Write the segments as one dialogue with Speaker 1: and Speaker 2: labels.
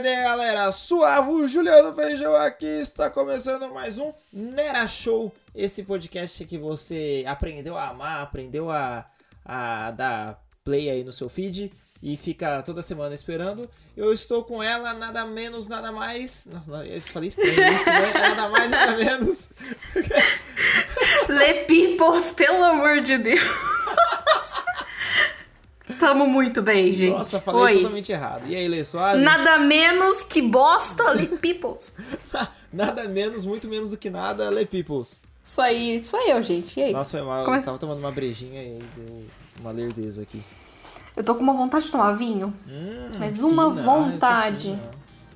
Speaker 1: Galera, suavo, Juliano Feijão aqui, está começando mais um Nera Show, esse podcast que você aprendeu a amar, aprendeu a, a dar play aí no seu feed e fica toda semana esperando. Eu estou com ela, nada menos, nada mais. Não, não, eu falei estranho isso, né? Nada mais, nada menos.
Speaker 2: Le Peoples, pelo amor de Deus. Tamo muito bem, gente.
Speaker 1: Nossa, falei
Speaker 2: Oi.
Speaker 1: totalmente errado. E aí, Lê Soares?
Speaker 2: Nada menos que bosta, Le Peoples.
Speaker 1: Nada menos, muito menos do que nada, Lê Peoples.
Speaker 2: Isso aí, sou eu, gente. E aí?
Speaker 1: Nossa, foi mal.
Speaker 2: Como é
Speaker 1: Eu
Speaker 2: que-
Speaker 1: tava tomando uma brejinha e aí deu uma lerdeza aqui.
Speaker 2: Eu tô com uma vontade de tomar vinho.
Speaker 1: Hum,
Speaker 2: Mas uma
Speaker 1: fina.
Speaker 2: vontade.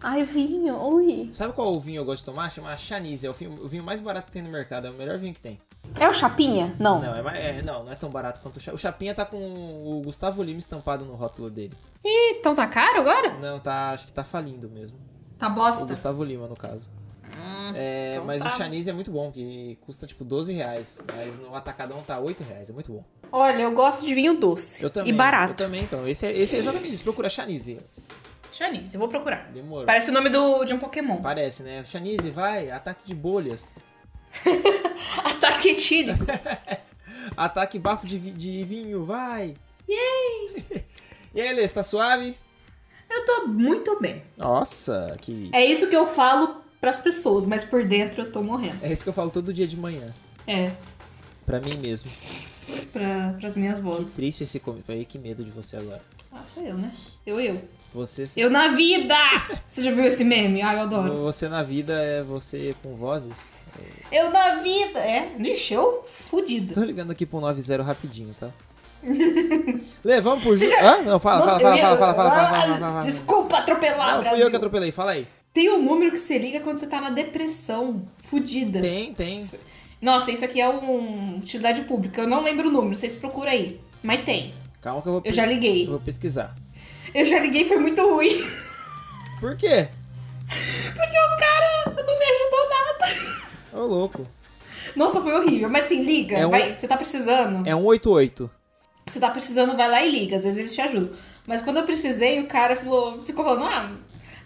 Speaker 1: Ah, eu sou fina.
Speaker 2: Ai, vinho, ui.
Speaker 1: Sabe qual vinho eu gosto de tomar? Chama Chinese. É o vinho, o vinho mais barato que tem no mercado. É o melhor vinho que tem.
Speaker 2: É o Chapinha? Não.
Speaker 1: Não, é, mais- é- não, não é tão barato quanto o Chapinha. O Chapinha tá com o Gustavo Lima estampado no rótulo dele.
Speaker 2: Ih, então tá caro agora?
Speaker 1: Não, tá, acho que tá falindo mesmo.
Speaker 2: Tá
Speaker 1: O
Speaker 2: bosta.
Speaker 1: Gustavo Lima, no caso. É,
Speaker 2: então
Speaker 1: mas
Speaker 2: tá.
Speaker 1: o Chinese é muito bom, que custa tipo 12 reais. Mas no Atacadão tá 8 reais, é muito bom.
Speaker 2: Olha, eu gosto de vinho doce.
Speaker 1: Eu também.
Speaker 2: E
Speaker 1: Eu
Speaker 2: barato.
Speaker 1: também, então. Esse é, esse é exatamente isso. Procura Chinese.
Speaker 2: Chinese, eu vou procurar.
Speaker 1: Demorou.
Speaker 2: Parece o nome do, de um Pokémon.
Speaker 1: Parece, né? Chinese, vai, ataque de bolhas.
Speaker 2: Ataque Chile.
Speaker 1: Ataque bafo de, vi- de vinho, vai! E aí, Lê, tá suave?
Speaker 2: Eu tô muito bem.
Speaker 1: Nossa, que.
Speaker 2: É isso que eu falo pras pessoas, mas por dentro eu tô morrendo.
Speaker 1: É isso que eu falo todo dia de manhã.
Speaker 2: É,
Speaker 1: Pra mim mesmo.
Speaker 2: pra, pras minhas
Speaker 1: Que
Speaker 2: vozes.
Speaker 1: triste esse comentário. aí, Que medo de você agora.
Speaker 2: Ah, sou eu, né? Eu, eu.
Speaker 1: Você,
Speaker 2: Eu na vida! Você já viu esse meme? Ah, eu adoro.
Speaker 1: você na vida é você com vozes.
Speaker 2: Eu na vida! É, Ixi, eu fudida.
Speaker 1: Tô ligando aqui pro 90 rapidinho, tá? Lê, vamos pro. Ju...
Speaker 2: Você
Speaker 1: Hã? Não, fala, fala,
Speaker 2: Nossa,
Speaker 1: fala,
Speaker 2: eu ia-
Speaker 1: fala, fala, fala, fala,
Speaker 2: Ah,
Speaker 1: fala, fala, fala.
Speaker 2: Desculpa atropelar,
Speaker 1: Não, fui
Speaker 2: Brasil.
Speaker 1: eu que atropelei, fala aí.
Speaker 2: Tem um número que você liga quando você tá na depressão, fudida.
Speaker 1: Tem, tem.
Speaker 2: Nossa, isso aqui é um utilidade pública. Eu não lembro o número, vocês procuram aí. Mas tem.
Speaker 1: Calma que eu vou,
Speaker 2: Eu já
Speaker 1: eu
Speaker 2: liguei.
Speaker 1: vou pesquisar.
Speaker 2: Eu já liguei, foi muito ruim.
Speaker 1: Por quê?
Speaker 2: Porque o cara não me ajudou nada.
Speaker 1: Ô, louco.
Speaker 2: Nossa, foi horrível. Mas assim, liga.
Speaker 1: É um-
Speaker 2: vai, você tá precisando.
Speaker 1: É 188.
Speaker 2: Você tá precisando, vai lá e liga. Às vezes eles te ajudam. Mas quando eu precisei, o cara falou, ficou falando, ah,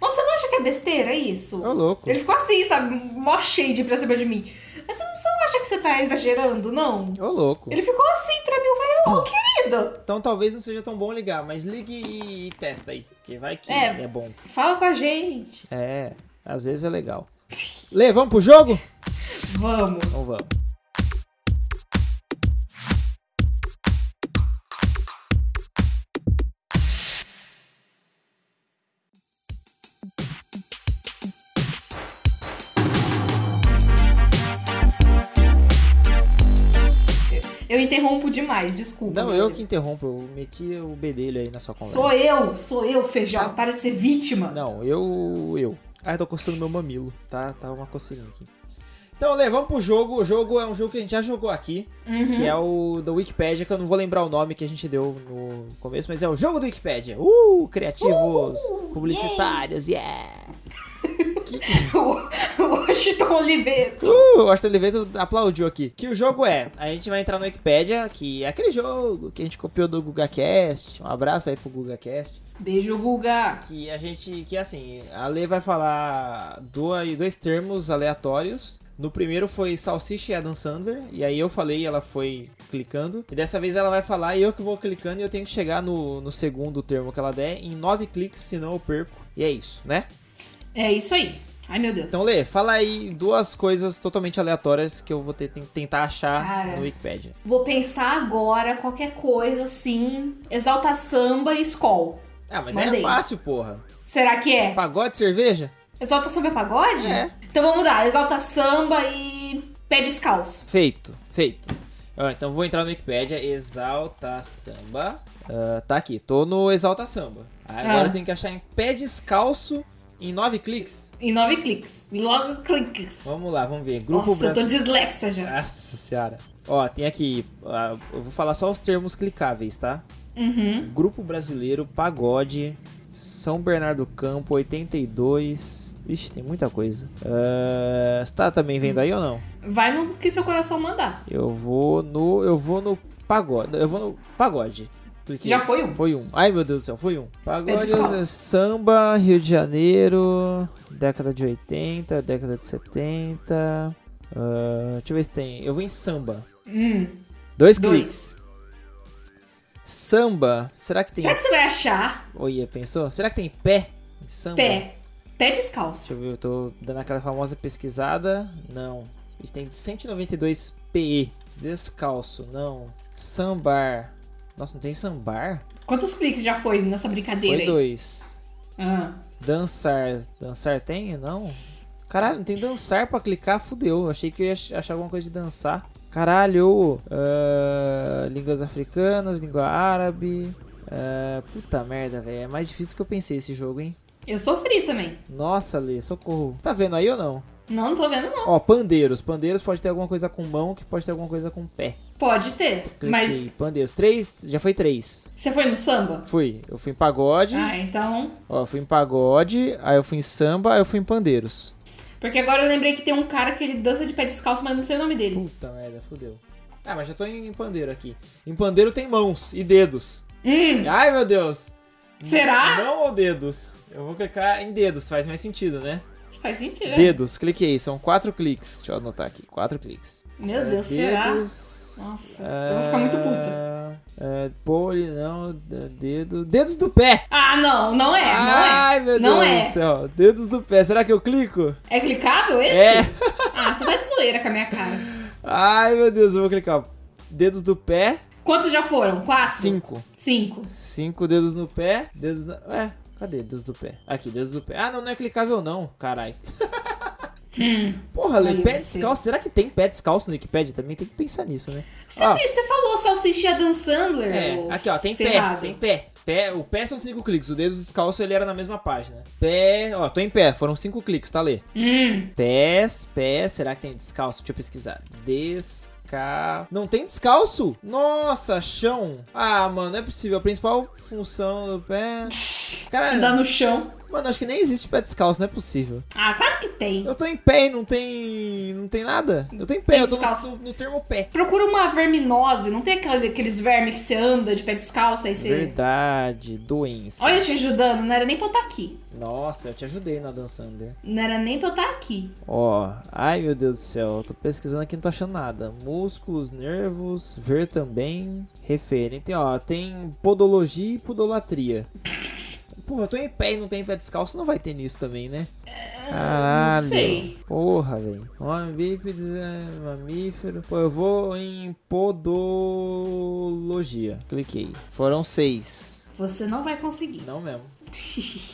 Speaker 2: nossa, você não acha que é besteira isso?
Speaker 1: Ô, louco.
Speaker 2: Ele ficou assim, sabe? Mó shade pra cima de mim. Mas você não, você não acha que você tá exagerando, não?
Speaker 1: Ô, louco.
Speaker 2: Ele ficou assim pra mim, eu falei, ô querido,
Speaker 1: Então talvez não seja tão bom ligar, mas ligue e, e testa aí, porque vai que é,
Speaker 2: É.
Speaker 1: bom.
Speaker 2: fala com a gente.
Speaker 1: É, às vezes é legal. Lê, vamos pro jogo?
Speaker 2: Vamos.
Speaker 1: Então vamos.
Speaker 2: Eu interrompo demais, desculpa.
Speaker 1: Não,
Speaker 2: mas
Speaker 1: eu que interrompo, eu meti o bedelho aí na sua conversa.
Speaker 2: Sou eu, sou eu, feijão. Para de ser vítima.
Speaker 1: Não, eu. eu. Ah, eu tô coçando meu mamilo, tá? Tá uma coceirinha aqui. Então, Lê, vamos pro jogo. O jogo é um jogo que a gente já jogou aqui,
Speaker 2: Uhum.
Speaker 1: que é o da Wikipedia, que eu não vou lembrar o nome que a gente deu no começo, mas é o jogo do Wikipedia. Uh, criativos, publicitários, yeah!
Speaker 2: O Washington Oliveira.
Speaker 1: Uh, o Arthur Oliveira aplaudiu aqui. Que o jogo é, a gente vai entrar no Wikipedia, que é aquele jogo que a gente copiou do GugaCast. Um abraço aí pro GugaCast.
Speaker 2: Beijo, Guga.
Speaker 1: Que a gente, que assim, a Lê vai falar dois, dois termos aleatórios. No primeiro foi Salsicha e Adam Sandler, e aí eu falei e ela foi clicando. E dessa vez ela vai falar e eu que vou clicando e eu tenho que chegar no, no segundo termo que ela der em nove cliques, senão eu perco. E é isso, né?
Speaker 2: É isso aí. Ai, meu Deus.
Speaker 1: Então, Lê, fala aí duas coisas totalmente aleatórias que eu vou ter, tem- tentar achar
Speaker 2: Cara.
Speaker 1: no Wikipedia.
Speaker 2: Vou pensar agora qualquer coisa assim. Exalta samba e escol.
Speaker 1: Ah, mas
Speaker 2: Mandei.
Speaker 1: é fácil, porra.
Speaker 2: Será que é?
Speaker 1: Pagode, cerveja?
Speaker 2: Exalta samba é pagode?
Speaker 1: É.
Speaker 2: Então vamos mudar. Exalta samba e pé descalço.
Speaker 1: Feito, feito. Ó, então vou entrar no Wikipedia, Exalta Samba. Ah, tá aqui, tô no Exalta Samba. Aí Agora
Speaker 2: Ah.
Speaker 1: eu tenho que achar em pé descalço em nove cliques.
Speaker 2: Em nove cliques. Em nove cliques.
Speaker 1: Vamos lá, vamos ver. Grupo
Speaker 2: Nossa, eu tô
Speaker 1: brasileiro.
Speaker 2: dislexa já.
Speaker 1: Nossa senhora. Ó, tem aqui. ah, eu vou falar só os termos clicáveis, tá?
Speaker 2: Uhum.
Speaker 1: Grupo Brasileiro, Pagode, São Bernardo do Campo, 82. Ixi, tem muita coisa. Ah, você tá também vendo aí ou não?
Speaker 2: Vai no que seu coração mandar.
Speaker 1: Eu vou no. Eu vou no pagode. Eu vou no pagode. Porque
Speaker 2: Já foi um.
Speaker 1: Foi um. Ai, meu Deus do céu, foi um. Pagodes
Speaker 2: descalço.
Speaker 1: é samba, Rio de Janeiro, década de 80, década de 70. ah, deixa eu ver se tem. Eu vou em samba.
Speaker 2: Hum,
Speaker 1: Dois cliques.
Speaker 2: dois.
Speaker 1: Samba. Será que tem.
Speaker 2: Será que você vai achar
Speaker 1: Oia, pensou? Será que tem pé? em Samba?
Speaker 2: pé? Pé
Speaker 1: Deixa eu
Speaker 2: descalço.
Speaker 1: ver, eu tô dando aquela famosa pesquisada. Não. A gente tem 192 PE. Descalço, não. Sambar. Nossa, não tem sambar?
Speaker 2: Quantos cliques já foi nessa brincadeira
Speaker 1: Foi
Speaker 2: aí?
Speaker 1: dois.
Speaker 2: Ah,
Speaker 1: Dançar. Dançar tem? Não. Caralho, não tem dançar pra clicar, fudeu. Achei que eu ia ach- achar alguma coisa de dançar. Caralho. Ah, línguas africanas, língua árabe. Ah, puta merda, velho. É mais difícil do que eu pensei esse jogo, hein?
Speaker 2: eu sofri também.
Speaker 1: Nossa, Lê, socorro. Tá vendo aí ou não?
Speaker 2: Não, não tô vendo não.
Speaker 1: Ó, pandeiros. Pandeiros pode ter alguma coisa com mão, que pode ter alguma coisa com pé.
Speaker 2: Pode ter,
Speaker 1: Cliquei.
Speaker 2: mas
Speaker 1: Pandeiros. Três, já foi três.
Speaker 2: você foi no samba?
Speaker 1: Fui. Eu fui em pagode.
Speaker 2: Ah, então...
Speaker 1: Ó, eu fui em pagode. Aí eu fui em samba. Aí eu fui em pandeiros.
Speaker 2: Porque agora eu lembrei que tem um cara que ele dança de pé descalço, mas não sei o nome dele.
Speaker 1: Puta merda, fudeu. Ah, mas já tô em pandeiro aqui. Em pandeiro tem mãos e dedos.
Speaker 2: Hum,
Speaker 1: Ai, meu Deus.
Speaker 2: será?
Speaker 1: Mão ou dedos? Eu vou clicar em dedos, faz mais sentido, né?
Speaker 2: Faz sentido. né?
Speaker 1: Dedos, cliquei. São quatro cliques. Deixa eu anotar aqui. Quatro cliques.
Speaker 2: Meu Deus, será?
Speaker 1: dedos,
Speaker 2: Nossa,
Speaker 1: Ah.
Speaker 2: eu vou ficar muito puta.
Speaker 1: É, pole, não, d- dedo. Dedos do pé!
Speaker 2: Ah, não, não é,
Speaker 1: Ai, meu
Speaker 2: não
Speaker 1: Deus
Speaker 2: é.
Speaker 1: do céu. Dedos do pé. Será que eu clico?
Speaker 2: não é. É clicável esse?
Speaker 1: É.
Speaker 2: Ah, você tá de zoeira com a minha cara.
Speaker 1: Ai, meu Deus, eu vou clicar. Dedos do pé,
Speaker 2: Quantos já foram? Quatro?
Speaker 1: cinco.
Speaker 2: Cinco.
Speaker 1: Cinco dedos no pé, dedos na... Ué, cadê dedos do pé? Aqui, dedos do pé. Ah, não, não é clicável não, carai. Porra, Lê,
Speaker 2: Aí
Speaker 1: pé
Speaker 2: você.
Speaker 1: descalço. Será que tem pé descalço no Wikipedia também? Tem que pensar nisso, né?
Speaker 2: Você,
Speaker 1: Ó.
Speaker 2: você falou salsicha dançando,
Speaker 1: É, aqui ó, tem
Speaker 2: ferrado.
Speaker 1: pé, tem pé. Pé, o pé são cinco cliques, o dedo descalço ele era na mesma página. Pé, ó, tô em pé, foram cinco cliques, tá Lê?
Speaker 2: Hum,
Speaker 1: Pés, pés, será que tem descalço? Deixa eu pesquisar. Desca... Não tem descalço? Nossa, chão. Ah, mano, não é possível, a principal função do pé...
Speaker 2: andar
Speaker 1: Cara,
Speaker 2: no chão.
Speaker 1: mano, acho que nem existe pé descalço, não é possível.
Speaker 2: Ah, claro que tem.
Speaker 1: Eu tô em pé e não tem... não tem nada. Eu tô em pé,
Speaker 2: Tem
Speaker 1: eu tô
Speaker 2: descalço.
Speaker 1: no, no termo pé.
Speaker 2: Procura uma verminose, não tem aquela- aqueles vermes que você anda de pé descalço, aí você...
Speaker 1: Verdade, doença.
Speaker 2: Olha eu te ajudando, não era nem pra eu estar aqui.
Speaker 1: Nossa, eu te ajudei na dançando, né?
Speaker 2: Não era nem pra eu estar aqui.
Speaker 1: Ó, ai meu Deus do céu, eu tô pesquisando aqui e não tô achando nada. Músculos, nervos, ver também, referente. Ó, tem podologia e podolatria. Porra, eu tô em pé e não tem pé descalço, não vai ter nisso também, né? Caralho.
Speaker 2: É, não sei.
Speaker 1: Porra, velho. Homem bípedes, é, mamífero. Pô, eu vou em podologia. Cliquei. Foram seis.
Speaker 2: Você não vai conseguir.
Speaker 1: Não mesmo.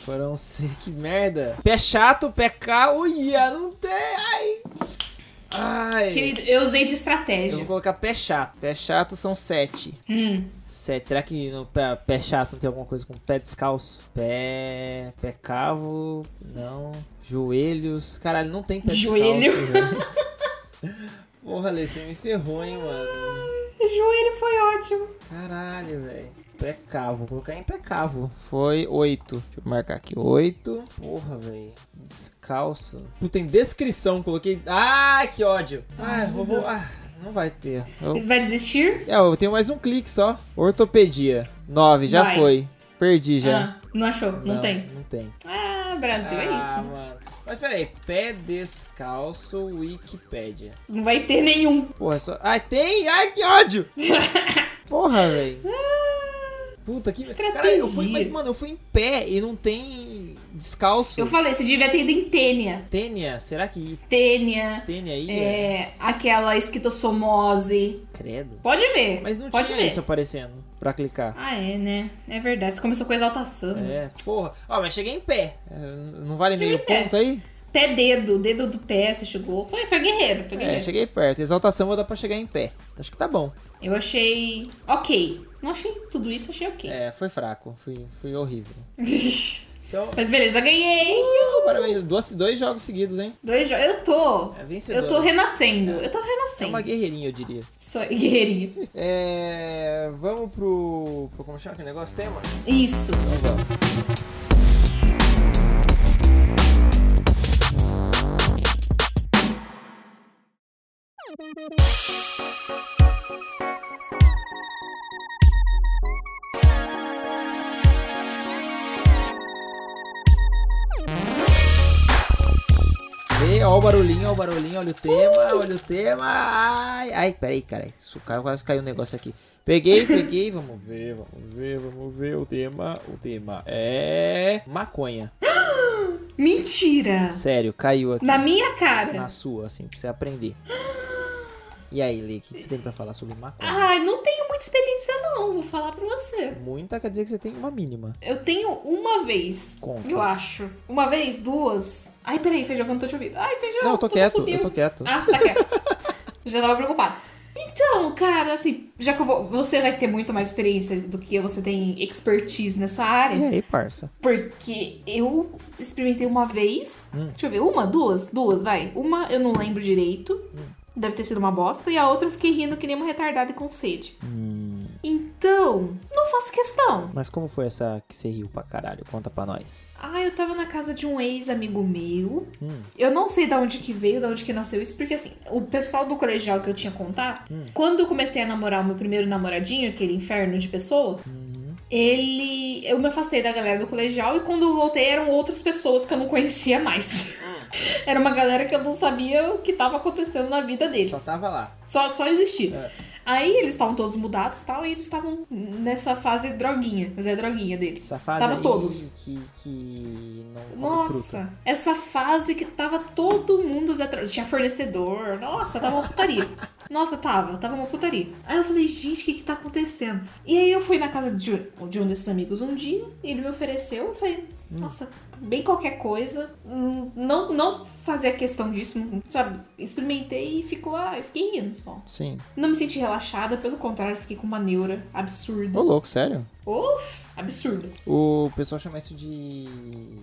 Speaker 1: Foram seis. Que merda. Pé chato, pé cá. Uia, não tem. Ai. Ai.
Speaker 2: Querido, eu usei de
Speaker 1: É. Eu
Speaker 2: estratégia.
Speaker 1: vou colocar pé chato. Pé chato são sete.
Speaker 2: Hum,
Speaker 1: Sete. Será que no pé, pé chato não tem alguma coisa com pé descalço? Pé. Pé cavo. Não. Joelhos. Caralho, não tem pé
Speaker 2: Joelho.
Speaker 1: descalço. velho. Porra, Lê, você me ferrou, hein, mano.
Speaker 2: joelho foi ótimo.
Speaker 1: Caralho, velho. Precavo, vou colocar em precavo. Foi oito. Deixa eu marcar aqui. Oito. Porra, velho. Descalço. Puta, em descrição, coloquei. Ah, que ódio. Ah, vou. vou... Ah, não vai ter. Eu...
Speaker 2: Vai desistir?
Speaker 1: É, eu tenho mais um clique só. Ortopedia. Nove, já
Speaker 2: Vai.
Speaker 1: foi. Perdi já.
Speaker 2: Ah, não achou, não, tem.
Speaker 1: Não tem.
Speaker 2: Ah, Brasil, é
Speaker 1: Ah,
Speaker 2: isso.
Speaker 1: mano. Mas peraí, pé descalço Wikipédia.
Speaker 2: Não vai ter nenhum.
Speaker 1: Porra, é só. Ai, tem! Ai, que ódio! Porra, velho. Puta que.
Speaker 2: Estratégia.
Speaker 1: Cara, eu fui. Mas, mano, eu fui em pé e não tem descalço.
Speaker 2: Eu falei, você devia ter ido em tênia.
Speaker 1: Tênia? Será que
Speaker 2: Tênia,
Speaker 1: tênia aí? é?
Speaker 2: é, aquela esquistossomose.
Speaker 1: Credo.
Speaker 2: Pode ver.
Speaker 1: Mas não
Speaker 2: pode
Speaker 1: tinha
Speaker 2: ver.
Speaker 1: isso aparecendo pra clicar.
Speaker 2: Ah, é, né? É verdade. Você começou com exaltação.
Speaker 1: É, porra. Ó, mas cheguei em pé. É, Não vale
Speaker 2: Cheguei
Speaker 1: meio
Speaker 2: em pé.
Speaker 1: ponto aí?
Speaker 2: Pé dedo, dedo do pé, você chegou. Foi, foi guerreiro, foi
Speaker 1: É,
Speaker 2: guerreiro.
Speaker 1: cheguei perto. Exaltação vou dar pra chegar em pé. Acho que tá bom.
Speaker 2: Eu achei ok. Não achei tudo isso, achei ok.
Speaker 1: É, foi fraco. Fui, fui horrível. Então,
Speaker 2: Mas beleza, ganhei.
Speaker 1: parabéns. Dois, dois jogos seguidos, hein?
Speaker 2: Dois jogos. Eu tô.
Speaker 1: É vencedor.
Speaker 2: Eu tô renascendo. Eu tô
Speaker 1: É uma
Speaker 2: renascendo.
Speaker 1: guerreirinha, eu diria.
Speaker 2: Sou guerreirinha.
Speaker 1: É. Vamos pro. pro como chama aquele negócio? Tema?
Speaker 2: Isso.
Speaker 1: Então vamos. ó o barulhinho, ó o barulhinho, olha o tema, olha o tema. Ai, ai, peraí, caralho. Isso caiu, quase caiu um negócio aqui. Peguei, peguei, vamos ver, vamos ver, vamos ver. O tema, o tema é. Maconha.
Speaker 2: Mentira!
Speaker 1: Sério, caiu aqui.
Speaker 2: Na minha cara.
Speaker 1: Na sua, assim, pra você aprender. E aí, Lê, o que que você tem pra falar sobre maconha?
Speaker 2: Ai, não tenho muita experiência não, vou falar pra você.
Speaker 1: Muita quer dizer que você tem uma mínima.
Speaker 2: Eu tenho uma vez,
Speaker 1: Conta.
Speaker 2: eu acho. Uma vez, duas. Ai, peraí, Feijão, que eu não tô te ouvindo. Ai, Feijão,
Speaker 1: Não, eu tô
Speaker 2: você
Speaker 1: quieto,
Speaker 2: sumiu.
Speaker 1: eu tô quieto.
Speaker 2: Ah, você tá quieto. Já tava preocupada. Então, cara, assim, já que eu vou, você vai ter muito mais experiência do que eu, você tem expertise nessa
Speaker 1: E
Speaker 2: área,
Speaker 1: aí, parça?
Speaker 2: porque eu experimentei uma vez,
Speaker 1: Hum.
Speaker 2: deixa eu ver, uma, duas, duas, vai. Uma eu não lembro direito, deve ter sido uma bosta, e a outra eu fiquei rindo que nem uma retardada e com sede.
Speaker 1: Hum,
Speaker 2: Então, não faço questão.
Speaker 1: mas como foi essa que você riu pra caralho? Conta pra nós.
Speaker 2: Ah, eu tava na casa de um ex-amigo meu.
Speaker 1: Hum.
Speaker 2: Eu não sei da onde que veio, da onde que nasceu isso, porque assim, o pessoal do colegial que eu tinha contato,
Speaker 1: Hum.
Speaker 2: quando eu comecei a namorar o meu primeiro namoradinho, aquele inferno de pessoa,
Speaker 1: Uhum.
Speaker 2: ele. Eu me afastei da galera do colegial e quando eu voltei eram outras pessoas que eu não conhecia mais.
Speaker 1: Hum.
Speaker 2: Era uma galera que eu não sabia o que tava acontecendo na vida deles.
Speaker 1: Só tava lá.
Speaker 2: Só, só existia.
Speaker 1: É.
Speaker 2: Aí eles estavam todos mudados e tal, e eles estavam nessa fase droguinha, mas é a droguinha deles.
Speaker 1: Essa fase
Speaker 2: Tava
Speaker 1: aí
Speaker 2: todos.
Speaker 1: Que, que não come fruta.
Speaker 2: Nossa, essa fase que tava todo mundo Zé Tro- tinha fornecedor. Nossa, tava uma putaria. Nossa, tava, tava uma putaria. Aí eu falei, gente, o que que tá acontecendo? E aí eu fui na casa de, um- de um desses amigos um dia, ele me ofereceu, eu falei,
Speaker 1: Hum.
Speaker 2: nossa, bem qualquer coisa. Hum, Não, não fazia questão disso, não- sabe? Experimentei e ficou, ah, eu fiquei rindo só.
Speaker 1: Sim.
Speaker 2: Não me senti relaxada, pelo contrário, fiquei com uma neura absurda.
Speaker 1: Ô, louco, sério?
Speaker 2: Uf, absurda.
Speaker 1: O pessoal chama isso de.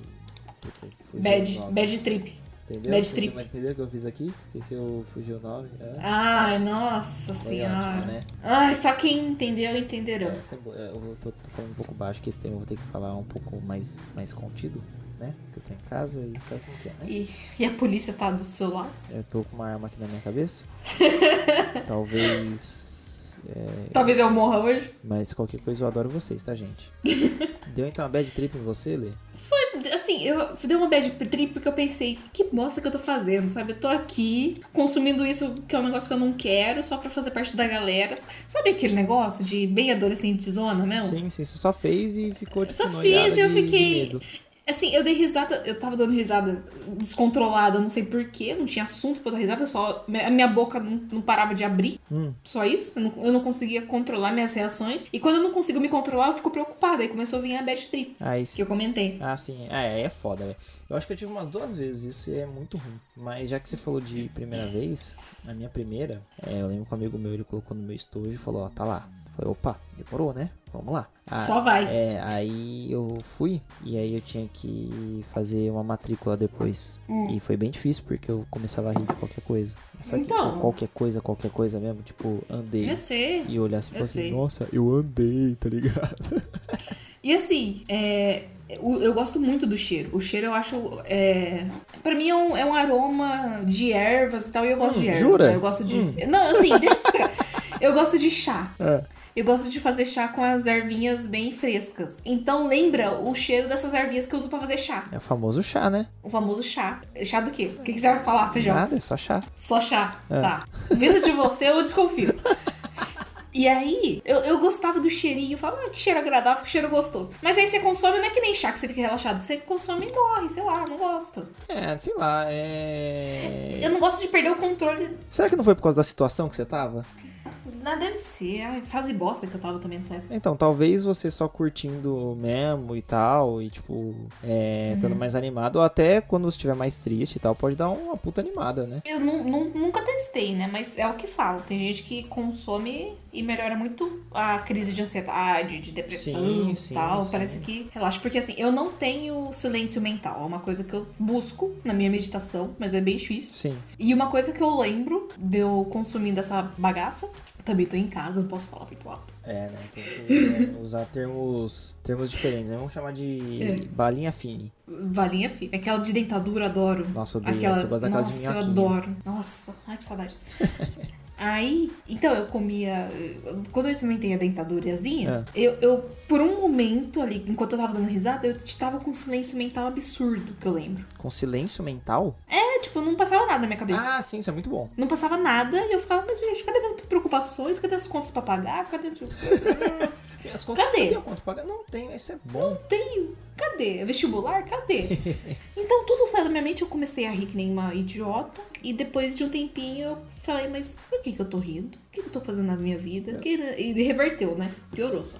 Speaker 1: Puta, fugiu o
Speaker 2: Bad,
Speaker 1: nome.
Speaker 2: bad trip.
Speaker 1: Entendeu?
Speaker 2: bad
Speaker 1: Entendeu-
Speaker 2: trip.
Speaker 1: Mas entendeu o que eu fiz aqui? Esqueceu, fugiu o nome. É.
Speaker 2: Ai, nossa
Speaker 1: Foi
Speaker 2: senhora.
Speaker 1: ótimo, né?
Speaker 2: Ai, só quem entendeu, entenderão.
Speaker 1: É, essa é boa. eu tô, tô falando um pouco baixo, que esse tema eu vou ter que falar um pouco mais, mais contido, né? Que eu tô em casa e sabe como que é, né?
Speaker 2: E, e a polícia tá do seu lado?
Speaker 1: Eu tô com uma arma aqui na minha cabeça. Talvez. é,
Speaker 2: Talvez eu morra hoje.
Speaker 1: mas qualquer coisa eu adoro vocês, tá, gente? Deu então uma bad trip em você, Lê?
Speaker 2: Assim, eu dei uma bad trip porque eu pensei, que bosta que eu tô fazendo, sabe? Eu tô aqui consumindo isso, que é um negócio que eu não quero, só pra fazer parte da galera. Sabe aquele negócio de bem adolescente de zona mesmo?
Speaker 1: Sim, sim, você só fez e ficou tipo.
Speaker 2: só
Speaker 1: noiada
Speaker 2: fiz e eu
Speaker 1: de-
Speaker 2: fiquei-
Speaker 1: De medo.
Speaker 2: Assim, eu dei risada, eu tava dando risada descontrolada, não sei porquê, não tinha assunto pra eu dar risada, só a minha boca não, não parava de abrir.
Speaker 1: Hum.
Speaker 2: Só isso, eu não, eu não conseguia controlar minhas reações. E quando eu não consigo me controlar, eu fico preocupada. Aí começou a vir a bad trip,
Speaker 1: Aí
Speaker 2: que eu comentei.
Speaker 1: Ah, sim. Ah, É, é foda, velho. Eu acho que eu tive umas duas vezes isso e é muito ruim. Mas já que você falou de primeira vez, a minha primeira, é, eu lembro que um amigo meu, ele colocou no meu estojo e falou, ó, tá lá. Eu falei, opa, demorou, né? Vamos lá. Ah,
Speaker 2: só vai.
Speaker 1: É, aí eu fui e aí eu tinha que fazer uma matrícula depois.
Speaker 2: Hum.
Speaker 1: E foi bem difícil porque eu começava a rir de qualquer coisa. Sabe que
Speaker 2: Então.
Speaker 1: qualquer coisa, qualquer coisa mesmo, tipo, andei.
Speaker 2: Eu sei.
Speaker 1: E olhar assim, e
Speaker 2: eu
Speaker 1: falar assim,
Speaker 2: sei.
Speaker 1: nossa, eu andei, tá ligado?
Speaker 2: E assim, é, o- eu gosto muito do cheiro. O cheiro eu acho. É, pra mim é um, é um aroma de ervas e tal, e eu gosto
Speaker 1: Hum,
Speaker 2: de ervas.
Speaker 1: jura?
Speaker 2: né? Eu gosto de.
Speaker 1: Hum.
Speaker 2: Não, assim, deixa eu te explicar. Eu gosto de chá.
Speaker 1: É.
Speaker 2: Eu gosto de fazer chá com as ervinhas bem frescas. Então lembra o cheiro dessas ervinhas que eu uso pra fazer chá.
Speaker 1: É o famoso chá, né?
Speaker 2: O famoso chá. Chá do quê? O que, que você vai falar, feijão?
Speaker 1: Nada, é só chá.
Speaker 2: Só chá.
Speaker 1: É.
Speaker 2: Tá. Vindo de você, eu desconfio. E aí, eu, eu gostava do cheirinho, eu falava, ah, que cheiro agradável, que cheiro gostoso. Mas aí você consome, não é que nem chá que você fica relaxado, você consome e morre, sei lá, não gosto.
Speaker 1: É, sei lá, é.
Speaker 2: Eu não gosto de perder o controle,
Speaker 1: Será que não foi por causa da situação que você tava?
Speaker 2: na deve ser, ai, fase bosta que eu tava também nessa época.
Speaker 1: Então, talvez você só curtindo mesmo e tal, e tipo, é, estando
Speaker 2: Uhum.
Speaker 1: mais animado, ou até quando você estiver mais triste e tal, pode dar uma puta animada, né?
Speaker 2: Eu nu- nu- nunca testei, né, mas é o que falo, tem gente que consome e melhora muito a crise de ansiedade, de depressão
Speaker 1: Sim,
Speaker 2: e
Speaker 1: sim,
Speaker 2: tal,
Speaker 1: sim.
Speaker 2: parece que relaxa. Porque assim, eu não tenho silêncio mental, é uma coisa que eu busco na minha meditação, mas é bem difícil.
Speaker 1: Sim.
Speaker 2: E uma coisa que eu lembro de eu consumindo essa bagaça, também tô em casa, não posso falar muito alto.
Speaker 1: É, né? Tem que é, usar termos, termos diferentes, né? Vamos chamar de
Speaker 2: É.
Speaker 1: balinha fine.
Speaker 2: Valinha, filha. Aquela de dentadura, adoro.
Speaker 1: Nossa, eu odeio
Speaker 2: Aquela,
Speaker 1: essa, eu gosto daquela de
Speaker 2: nossa, eu
Speaker 1: minhoquinha.
Speaker 2: adoro. Nossa, ai que saudade. Aí, então eu comia. eu- Quando eu experimentei a dentadurazinha, eu, eu, por um momento ali, enquanto eu tava dando risada, eu tava com um silêncio mental absurdo, que eu lembro.
Speaker 1: Com silêncio mental?
Speaker 2: É, É, tipo, não passava nada na minha cabeça.
Speaker 1: Ah, sim, isso é muito bom.
Speaker 2: Não passava nada e eu ficava, mas gente, cadê minhas preocupações? Cadê as contas pra pagar? Cadê.
Speaker 1: As contas,
Speaker 2: Cadê?
Speaker 1: Eu tenho conta paga? Não tem, isso é bom.
Speaker 2: tenho. Cadê? Vestibular? Cadê? então tudo saiu da minha mente, eu comecei a rir que nem uma idiota. E depois de um tempinho eu falei, mas por que, que eu tô rindo? O que, que eu tô fazendo na minha vida? Que- E reverteu, né? Piorou só.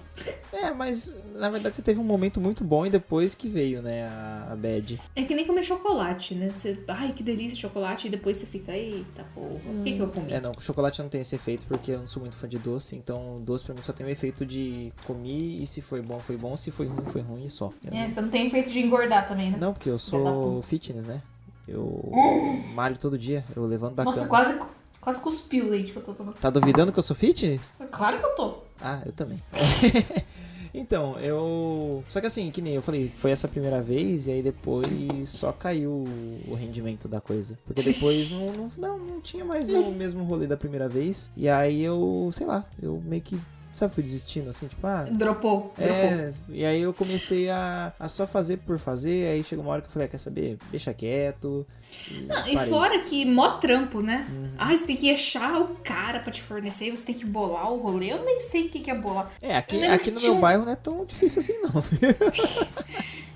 Speaker 1: É, mas na verdade você teve um momento muito bom e depois que veio, né, a, a bad.
Speaker 2: É que nem comer chocolate, né? Você, ai, que delícia chocolate. E depois você fica, eita porra, o que, que eu comi?
Speaker 1: É, não, chocolate não tem esse efeito porque eu não sou muito fã de doce, então doce pra mim só tem o efeito de comi e se foi bom, foi bom, se foi ruim, foi ruim e só. Eu-
Speaker 2: É, você não tem efeito de engordar também, né?
Speaker 1: Não, porque eu
Speaker 2: da
Speaker 1: sou fitness, né? Eu malho todo dia, eu levanto da
Speaker 2: Nossa,
Speaker 1: cama.
Speaker 2: quase, quase cuspi o leite que eu tô tomando.
Speaker 1: Tá duvidando que eu sou fitness?
Speaker 2: Claro que eu tô.
Speaker 1: Ah, eu também. então, eu. Só que assim, que nem eu falei, foi essa primeira vez e aí depois só caiu o rendimento da coisa. Porque depois não, não, não, não tinha mais o mesmo rolê da primeira vez. E aí eu, sei lá, eu meio que, sabe, fui desistindo assim, tipo, ah.
Speaker 2: Dropou. Dropou.
Speaker 1: É, e aí eu comecei a, a só fazer por fazer, aí chegou uma hora que eu falei, ah, quer saber? Deixa quieto. E
Speaker 2: Não, e
Speaker 1: parei.
Speaker 2: fora que mó trampo, né?
Speaker 1: Uhum.
Speaker 2: Ah, você tem que achar o cara pra te fornecer, você tem que bolar o rolê. Eu nem sei o que que é bolar.
Speaker 1: É, aqui,
Speaker 2: Eu lembro
Speaker 1: aqui
Speaker 2: que
Speaker 1: no
Speaker 2: tinha
Speaker 1: meu
Speaker 2: um-
Speaker 1: bairro não é tão difícil assim, não.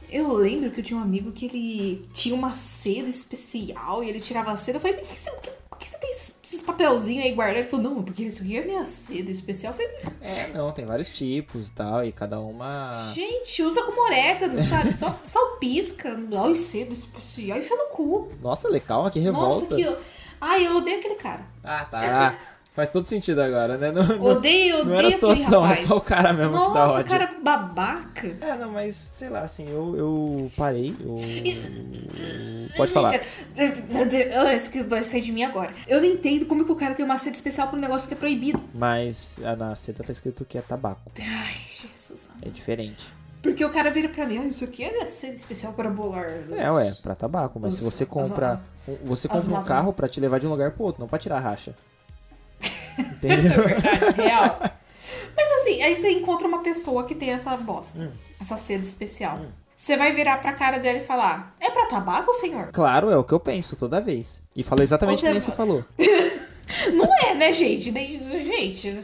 Speaker 2: Eu lembro que eu tinha um amigo que ele tinha uma seda especial e ele tirava a seda. Eu falei, por que você, por que- por que você tem esses esses papelzinhos aí guardado? Ele falou, não, porque isso aqui é minha seda especial. Eu falei,
Speaker 1: É, não, tem vários tipos e tal, e cada uma.
Speaker 2: gente, usa como orégano, sabe? Só salpisca. Ai, seda especial. E foi no cu.
Speaker 1: Nossa, Lê, calma, que revolta.
Speaker 2: Nossa, que... eu- Ai, eu odeio aquele cara.
Speaker 1: Ah, tá. Faz todo sentido agora, né? Não, não,
Speaker 2: Odeio, odeio
Speaker 1: não era a
Speaker 2: aquele
Speaker 1: situação, é
Speaker 2: rapaz.
Speaker 1: só o cara mesmo que dá
Speaker 2: Nossa,
Speaker 1: ódio.
Speaker 2: cara babaca.
Speaker 1: É, não, mas sei lá, assim, eu, eu parei, eu. Pode falar.
Speaker 2: Ah, Isso que vai sair de mim agora. Eu não entendo como que o cara tem uma sede especial pra um negócio que é proibido.
Speaker 1: Mas ah, na seta tá escrito que é tabaco.
Speaker 2: Ai, Jesus. amado.
Speaker 1: É diferente.
Speaker 2: Porque o cara vira pra mim, ah, isso aqui é minha sede especial para bolar.
Speaker 1: É, ué, pra tabaco. Mas
Speaker 2: Os-
Speaker 1: se você
Speaker 2: as-
Speaker 1: compra. um- Você
Speaker 2: as
Speaker 1: compra um
Speaker 2: maçãs.
Speaker 1: carro pra te levar de um lugar pro outro, não pra tirar a racha.
Speaker 2: É
Speaker 1: Entendeu?
Speaker 2: verdade, real. Mas assim, aí você encontra uma pessoa que tem essa bosta,
Speaker 1: Hum.
Speaker 2: essa sede especial. Você vai virar pra cara dela e falar, é pra tabaco, senhor?
Speaker 1: Claro, é o que eu penso toda vez. E falou exatamente o que
Speaker 2: Você-
Speaker 1: nem você falou.
Speaker 2: Não é, né, gente? Nem- Gente.
Speaker 1: É,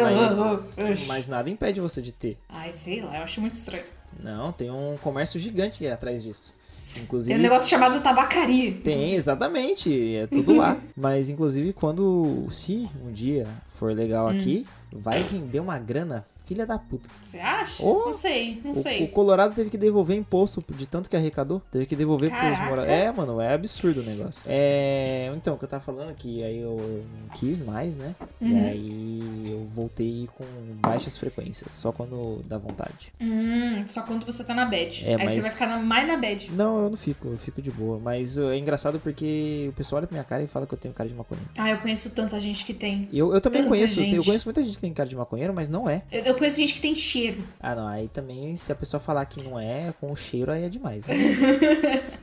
Speaker 1: mas, mas nada impede você de ter.
Speaker 2: Ai, sei lá, eu acho muito estranho.
Speaker 1: Não, tem um comércio gigante atrás disso. Inclusive.
Speaker 2: Tem um negócio chamado tabacaria.
Speaker 1: Tem, exatamente. É tudo lá. Mas, inclusive, quando. Se um dia for
Speaker 2: Hum.
Speaker 1: legal aqui, vai render uma grana. Filha da puta.
Speaker 2: Você acha?
Speaker 1: Ô,
Speaker 2: não sei, não
Speaker 1: O,
Speaker 2: sei.
Speaker 1: o Colorado teve que devolver imposto de tanto que arrecadou. Teve que devolver pros
Speaker 2: Caraca.
Speaker 1: moradores. É, mano, é absurdo o negócio. É. Então, o que eu tava falando que aí eu não quis mais, né? E
Speaker 2: Uhum.
Speaker 1: aí eu voltei com baixas frequências. Só quando dá vontade.
Speaker 2: Hum, só quando você tá na bad.
Speaker 1: É,
Speaker 2: Aí você
Speaker 1: mas-
Speaker 2: vai ficar na- mais na bad.
Speaker 1: Não, eu não fico, eu fico de boa. Mas é engraçado porque o pessoal olha pra minha cara e fala que eu tenho cara de maconha.
Speaker 2: Ah, eu conheço tanta gente que tem.
Speaker 1: Eu, eu também
Speaker 2: Tanta
Speaker 1: conheço,
Speaker 2: gente.
Speaker 1: eu conheço muita gente que tem cara de maconheiro, mas não é.
Speaker 2: Eu, eu conheço gente que tem cheiro.
Speaker 1: Ah, não, aí também, se a pessoa falar que não é, com o cheiro aí é demais, né?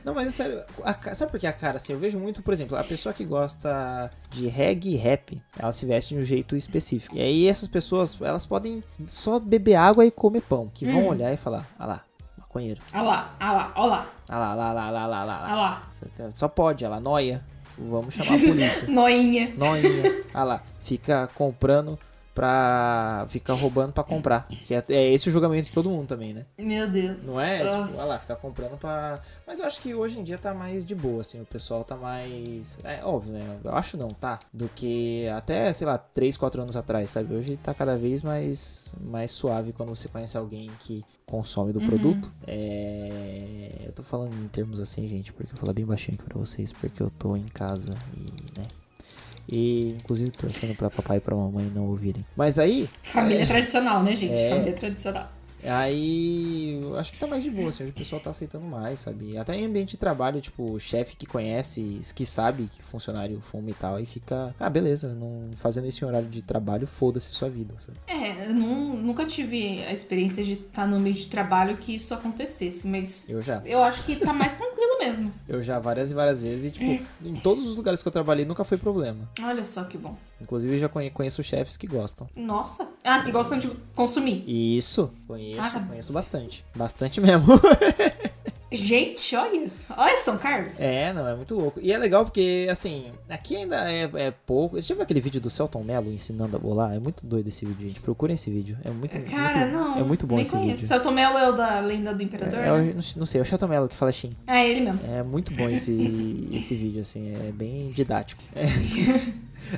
Speaker 1: não, mas é sério, a ca- sabe por que a cara, assim, eu vejo muito, por exemplo, a pessoa que gosta de reggae e rap, ela se veste de um jeito específico. E aí essas pessoas, elas podem só beber água e comer pão, que vão
Speaker 2: Hum.
Speaker 1: olhar e falar, ah lá, maconheiro,
Speaker 2: Ah lá, ah lá, ó lá,
Speaker 1: ah lá, lá, lá, lá, lá, lá,
Speaker 2: ah
Speaker 1: lá.
Speaker 2: lá.
Speaker 1: Só pode, ela noia, vamos chamar a polícia.
Speaker 2: Noinha.
Speaker 1: Noinha. Ah lá, fica comprando pra. Fica roubando pra comprar. Que é, é esse o julgamento de todo mundo também, né?
Speaker 2: Meu Deus.
Speaker 1: Não é? Tipo,
Speaker 2: Nossa.
Speaker 1: ah lá, fica comprando pra. Mas eu acho que hoje em dia tá mais de boa, assim. O pessoal tá mais. É óbvio, né? Eu acho não, tá? Do que até, sei lá, 3, 4 anos atrás, sabe? Hoje tá cada vez mais, mais suave quando você conhece alguém que consome do produto. É. Eu tô falando em termos assim, gente, porque eu falo bem baixinho aqui pra vocês, porque eu tô em casa e, né? E, inclusive, torcendo pra papai e pra mamãe não ouvirem. Mas aí.
Speaker 2: Família tradicional, né, gente?
Speaker 1: É.
Speaker 2: Família tradicional.
Speaker 1: Aí eu acho que tá mais de boa, assim, hoje o pessoal tá aceitando mais, sabe? Até em ambiente de trabalho, tipo, o chefe que conhece, que sabe que funcionário fuma e tal, aí fica, ah, beleza, não fazendo isso em horário de trabalho, foda-se sua vida, sabe?
Speaker 2: É, eu nu- nunca tive a experiência de estar no meio de trabalho que isso acontecesse, mas
Speaker 1: Eu já,
Speaker 2: eu acho que tá mais tranquilo mesmo.
Speaker 1: eu já várias e várias vezes, e tipo, em todos os lugares que eu trabalhei nunca foi problema.
Speaker 2: Olha só que bom.
Speaker 1: Inclusive eu já conhe- conheço chefes que gostam.
Speaker 2: Nossa. Ah, que gostam de consumir.
Speaker 1: E isso, conheço,
Speaker 2: Ah, tá.
Speaker 1: conheço bastante. Bastante mesmo.
Speaker 2: Gente, olha, Olha São Carlos.
Speaker 1: É, não, é muito louco. E é legal porque, assim, aqui ainda é, é pouco. Você já viu aquele vídeo do Celton Mello ensinando a bolar? É muito doido esse vídeo, gente. Procurem esse vídeo. É muito,
Speaker 2: Cara,
Speaker 1: muito-
Speaker 2: não.
Speaker 1: é muito bom
Speaker 2: nem
Speaker 1: esse
Speaker 2: conheço.
Speaker 1: vídeo.
Speaker 2: Celton Mello é o da lenda do imperador,
Speaker 1: É, é o-
Speaker 2: né?
Speaker 1: não, não sei, é o Celton Mello que fala Shin.
Speaker 2: É ele mesmo.
Speaker 1: É muito bom esse, esse vídeo, assim, é bem didático. É.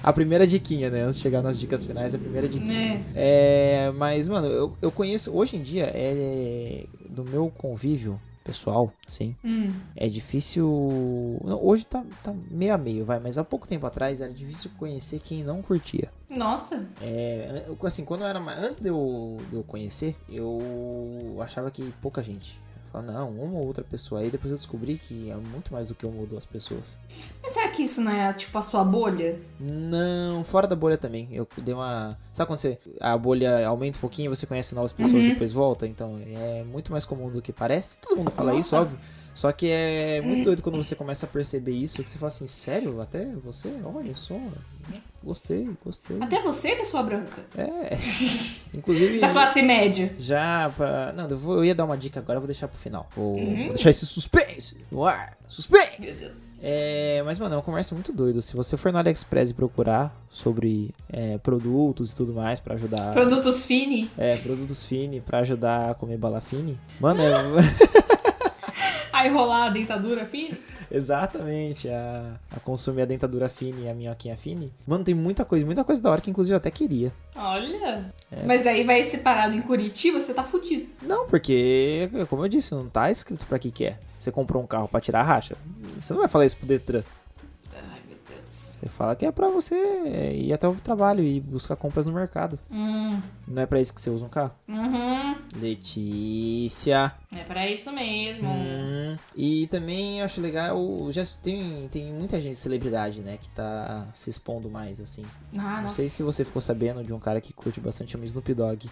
Speaker 1: A primeira diquinha, né? Antes de chegar nas dicas finais, a primeira diquinha.
Speaker 2: Né?
Speaker 1: É, mas, mano, eu, eu conheço. Hoje em dia, é do meu convívio pessoal, sim.
Speaker 2: Hum.
Speaker 1: É difícil. não, hoje tá, tá meio a meio, vai, mas há pouco tempo atrás era difícil conhecer quem não curtia.
Speaker 2: Nossa.
Speaker 1: É, eu- assim, quando eu era mais. Antes de eu, de eu conhecer, eu achava que pouca gente. Eu falava, não, uma ou outra pessoa. Aí depois eu descobri que é muito mais do que uma ou duas pessoas.
Speaker 2: Mas será que isso não é tipo a sua bolha?
Speaker 1: Não, fora da bolha também. Eu dei uma. Sabe quando você, a bolha aumenta um pouquinho, você conhece novas pessoas
Speaker 2: Uhum.
Speaker 1: depois volta? Então é muito mais comum do que parece. Todo mundo fala isso,
Speaker 2: Nossa.
Speaker 1: óbvio. Só que é muito doido quando você começa a perceber isso, que você fala assim, sério, até você? Olha só, gostei, gostei.
Speaker 2: Até você, pessoa branca.
Speaker 1: É. Inclusive.
Speaker 2: Da classe média.
Speaker 1: Já pra... Não, eu, vou- eu ia dar uma dica agora, eu vou deixar pro final. Vou,
Speaker 2: Uhum.
Speaker 1: vou deixar esse suspense no ar. Suspense!
Speaker 2: Meu Deus.
Speaker 1: É, mas, mano, é uma conversa muito doida. Se você for no AliExpress e procurar sobre é, produtos e tudo mais pra ajudar.
Speaker 2: Produtos Fini.
Speaker 1: é, produtos Fini pra ajudar a comer bala Fini. Mano, é,
Speaker 2: A enrolar a dentadura Fini.
Speaker 1: exatamente. A, a consumir a dentadura Fini e a minhoquinha Fini. Mano, tem muita coisa, muita coisa da hora que, inclusive, eu até queria.
Speaker 2: Olha.
Speaker 1: É.
Speaker 2: Mas aí vai separado em Curitiba, você tá fudido.
Speaker 1: Não, porque, como eu disse, não tá escrito pra que que é. Você comprou um carro pra tirar a racha. Você não vai falar isso pro Detran.
Speaker 2: Ai, meu Deus.
Speaker 1: Você fala que é pra você ir até o trabalho e buscar compras no mercado.
Speaker 2: Hum.
Speaker 1: Não é pra isso que você usa um carro.
Speaker 2: Uhum.
Speaker 1: Letícia.
Speaker 2: É pra isso mesmo.
Speaker 1: Hum. E também eu acho legal, já tem, tem muita gente, celebridade, né, que tá se expondo mais, assim.
Speaker 2: Ah,
Speaker 1: Não
Speaker 2: nossa.
Speaker 1: sei se você ficou sabendo de um cara que curte bastante chama Snoop Dogg.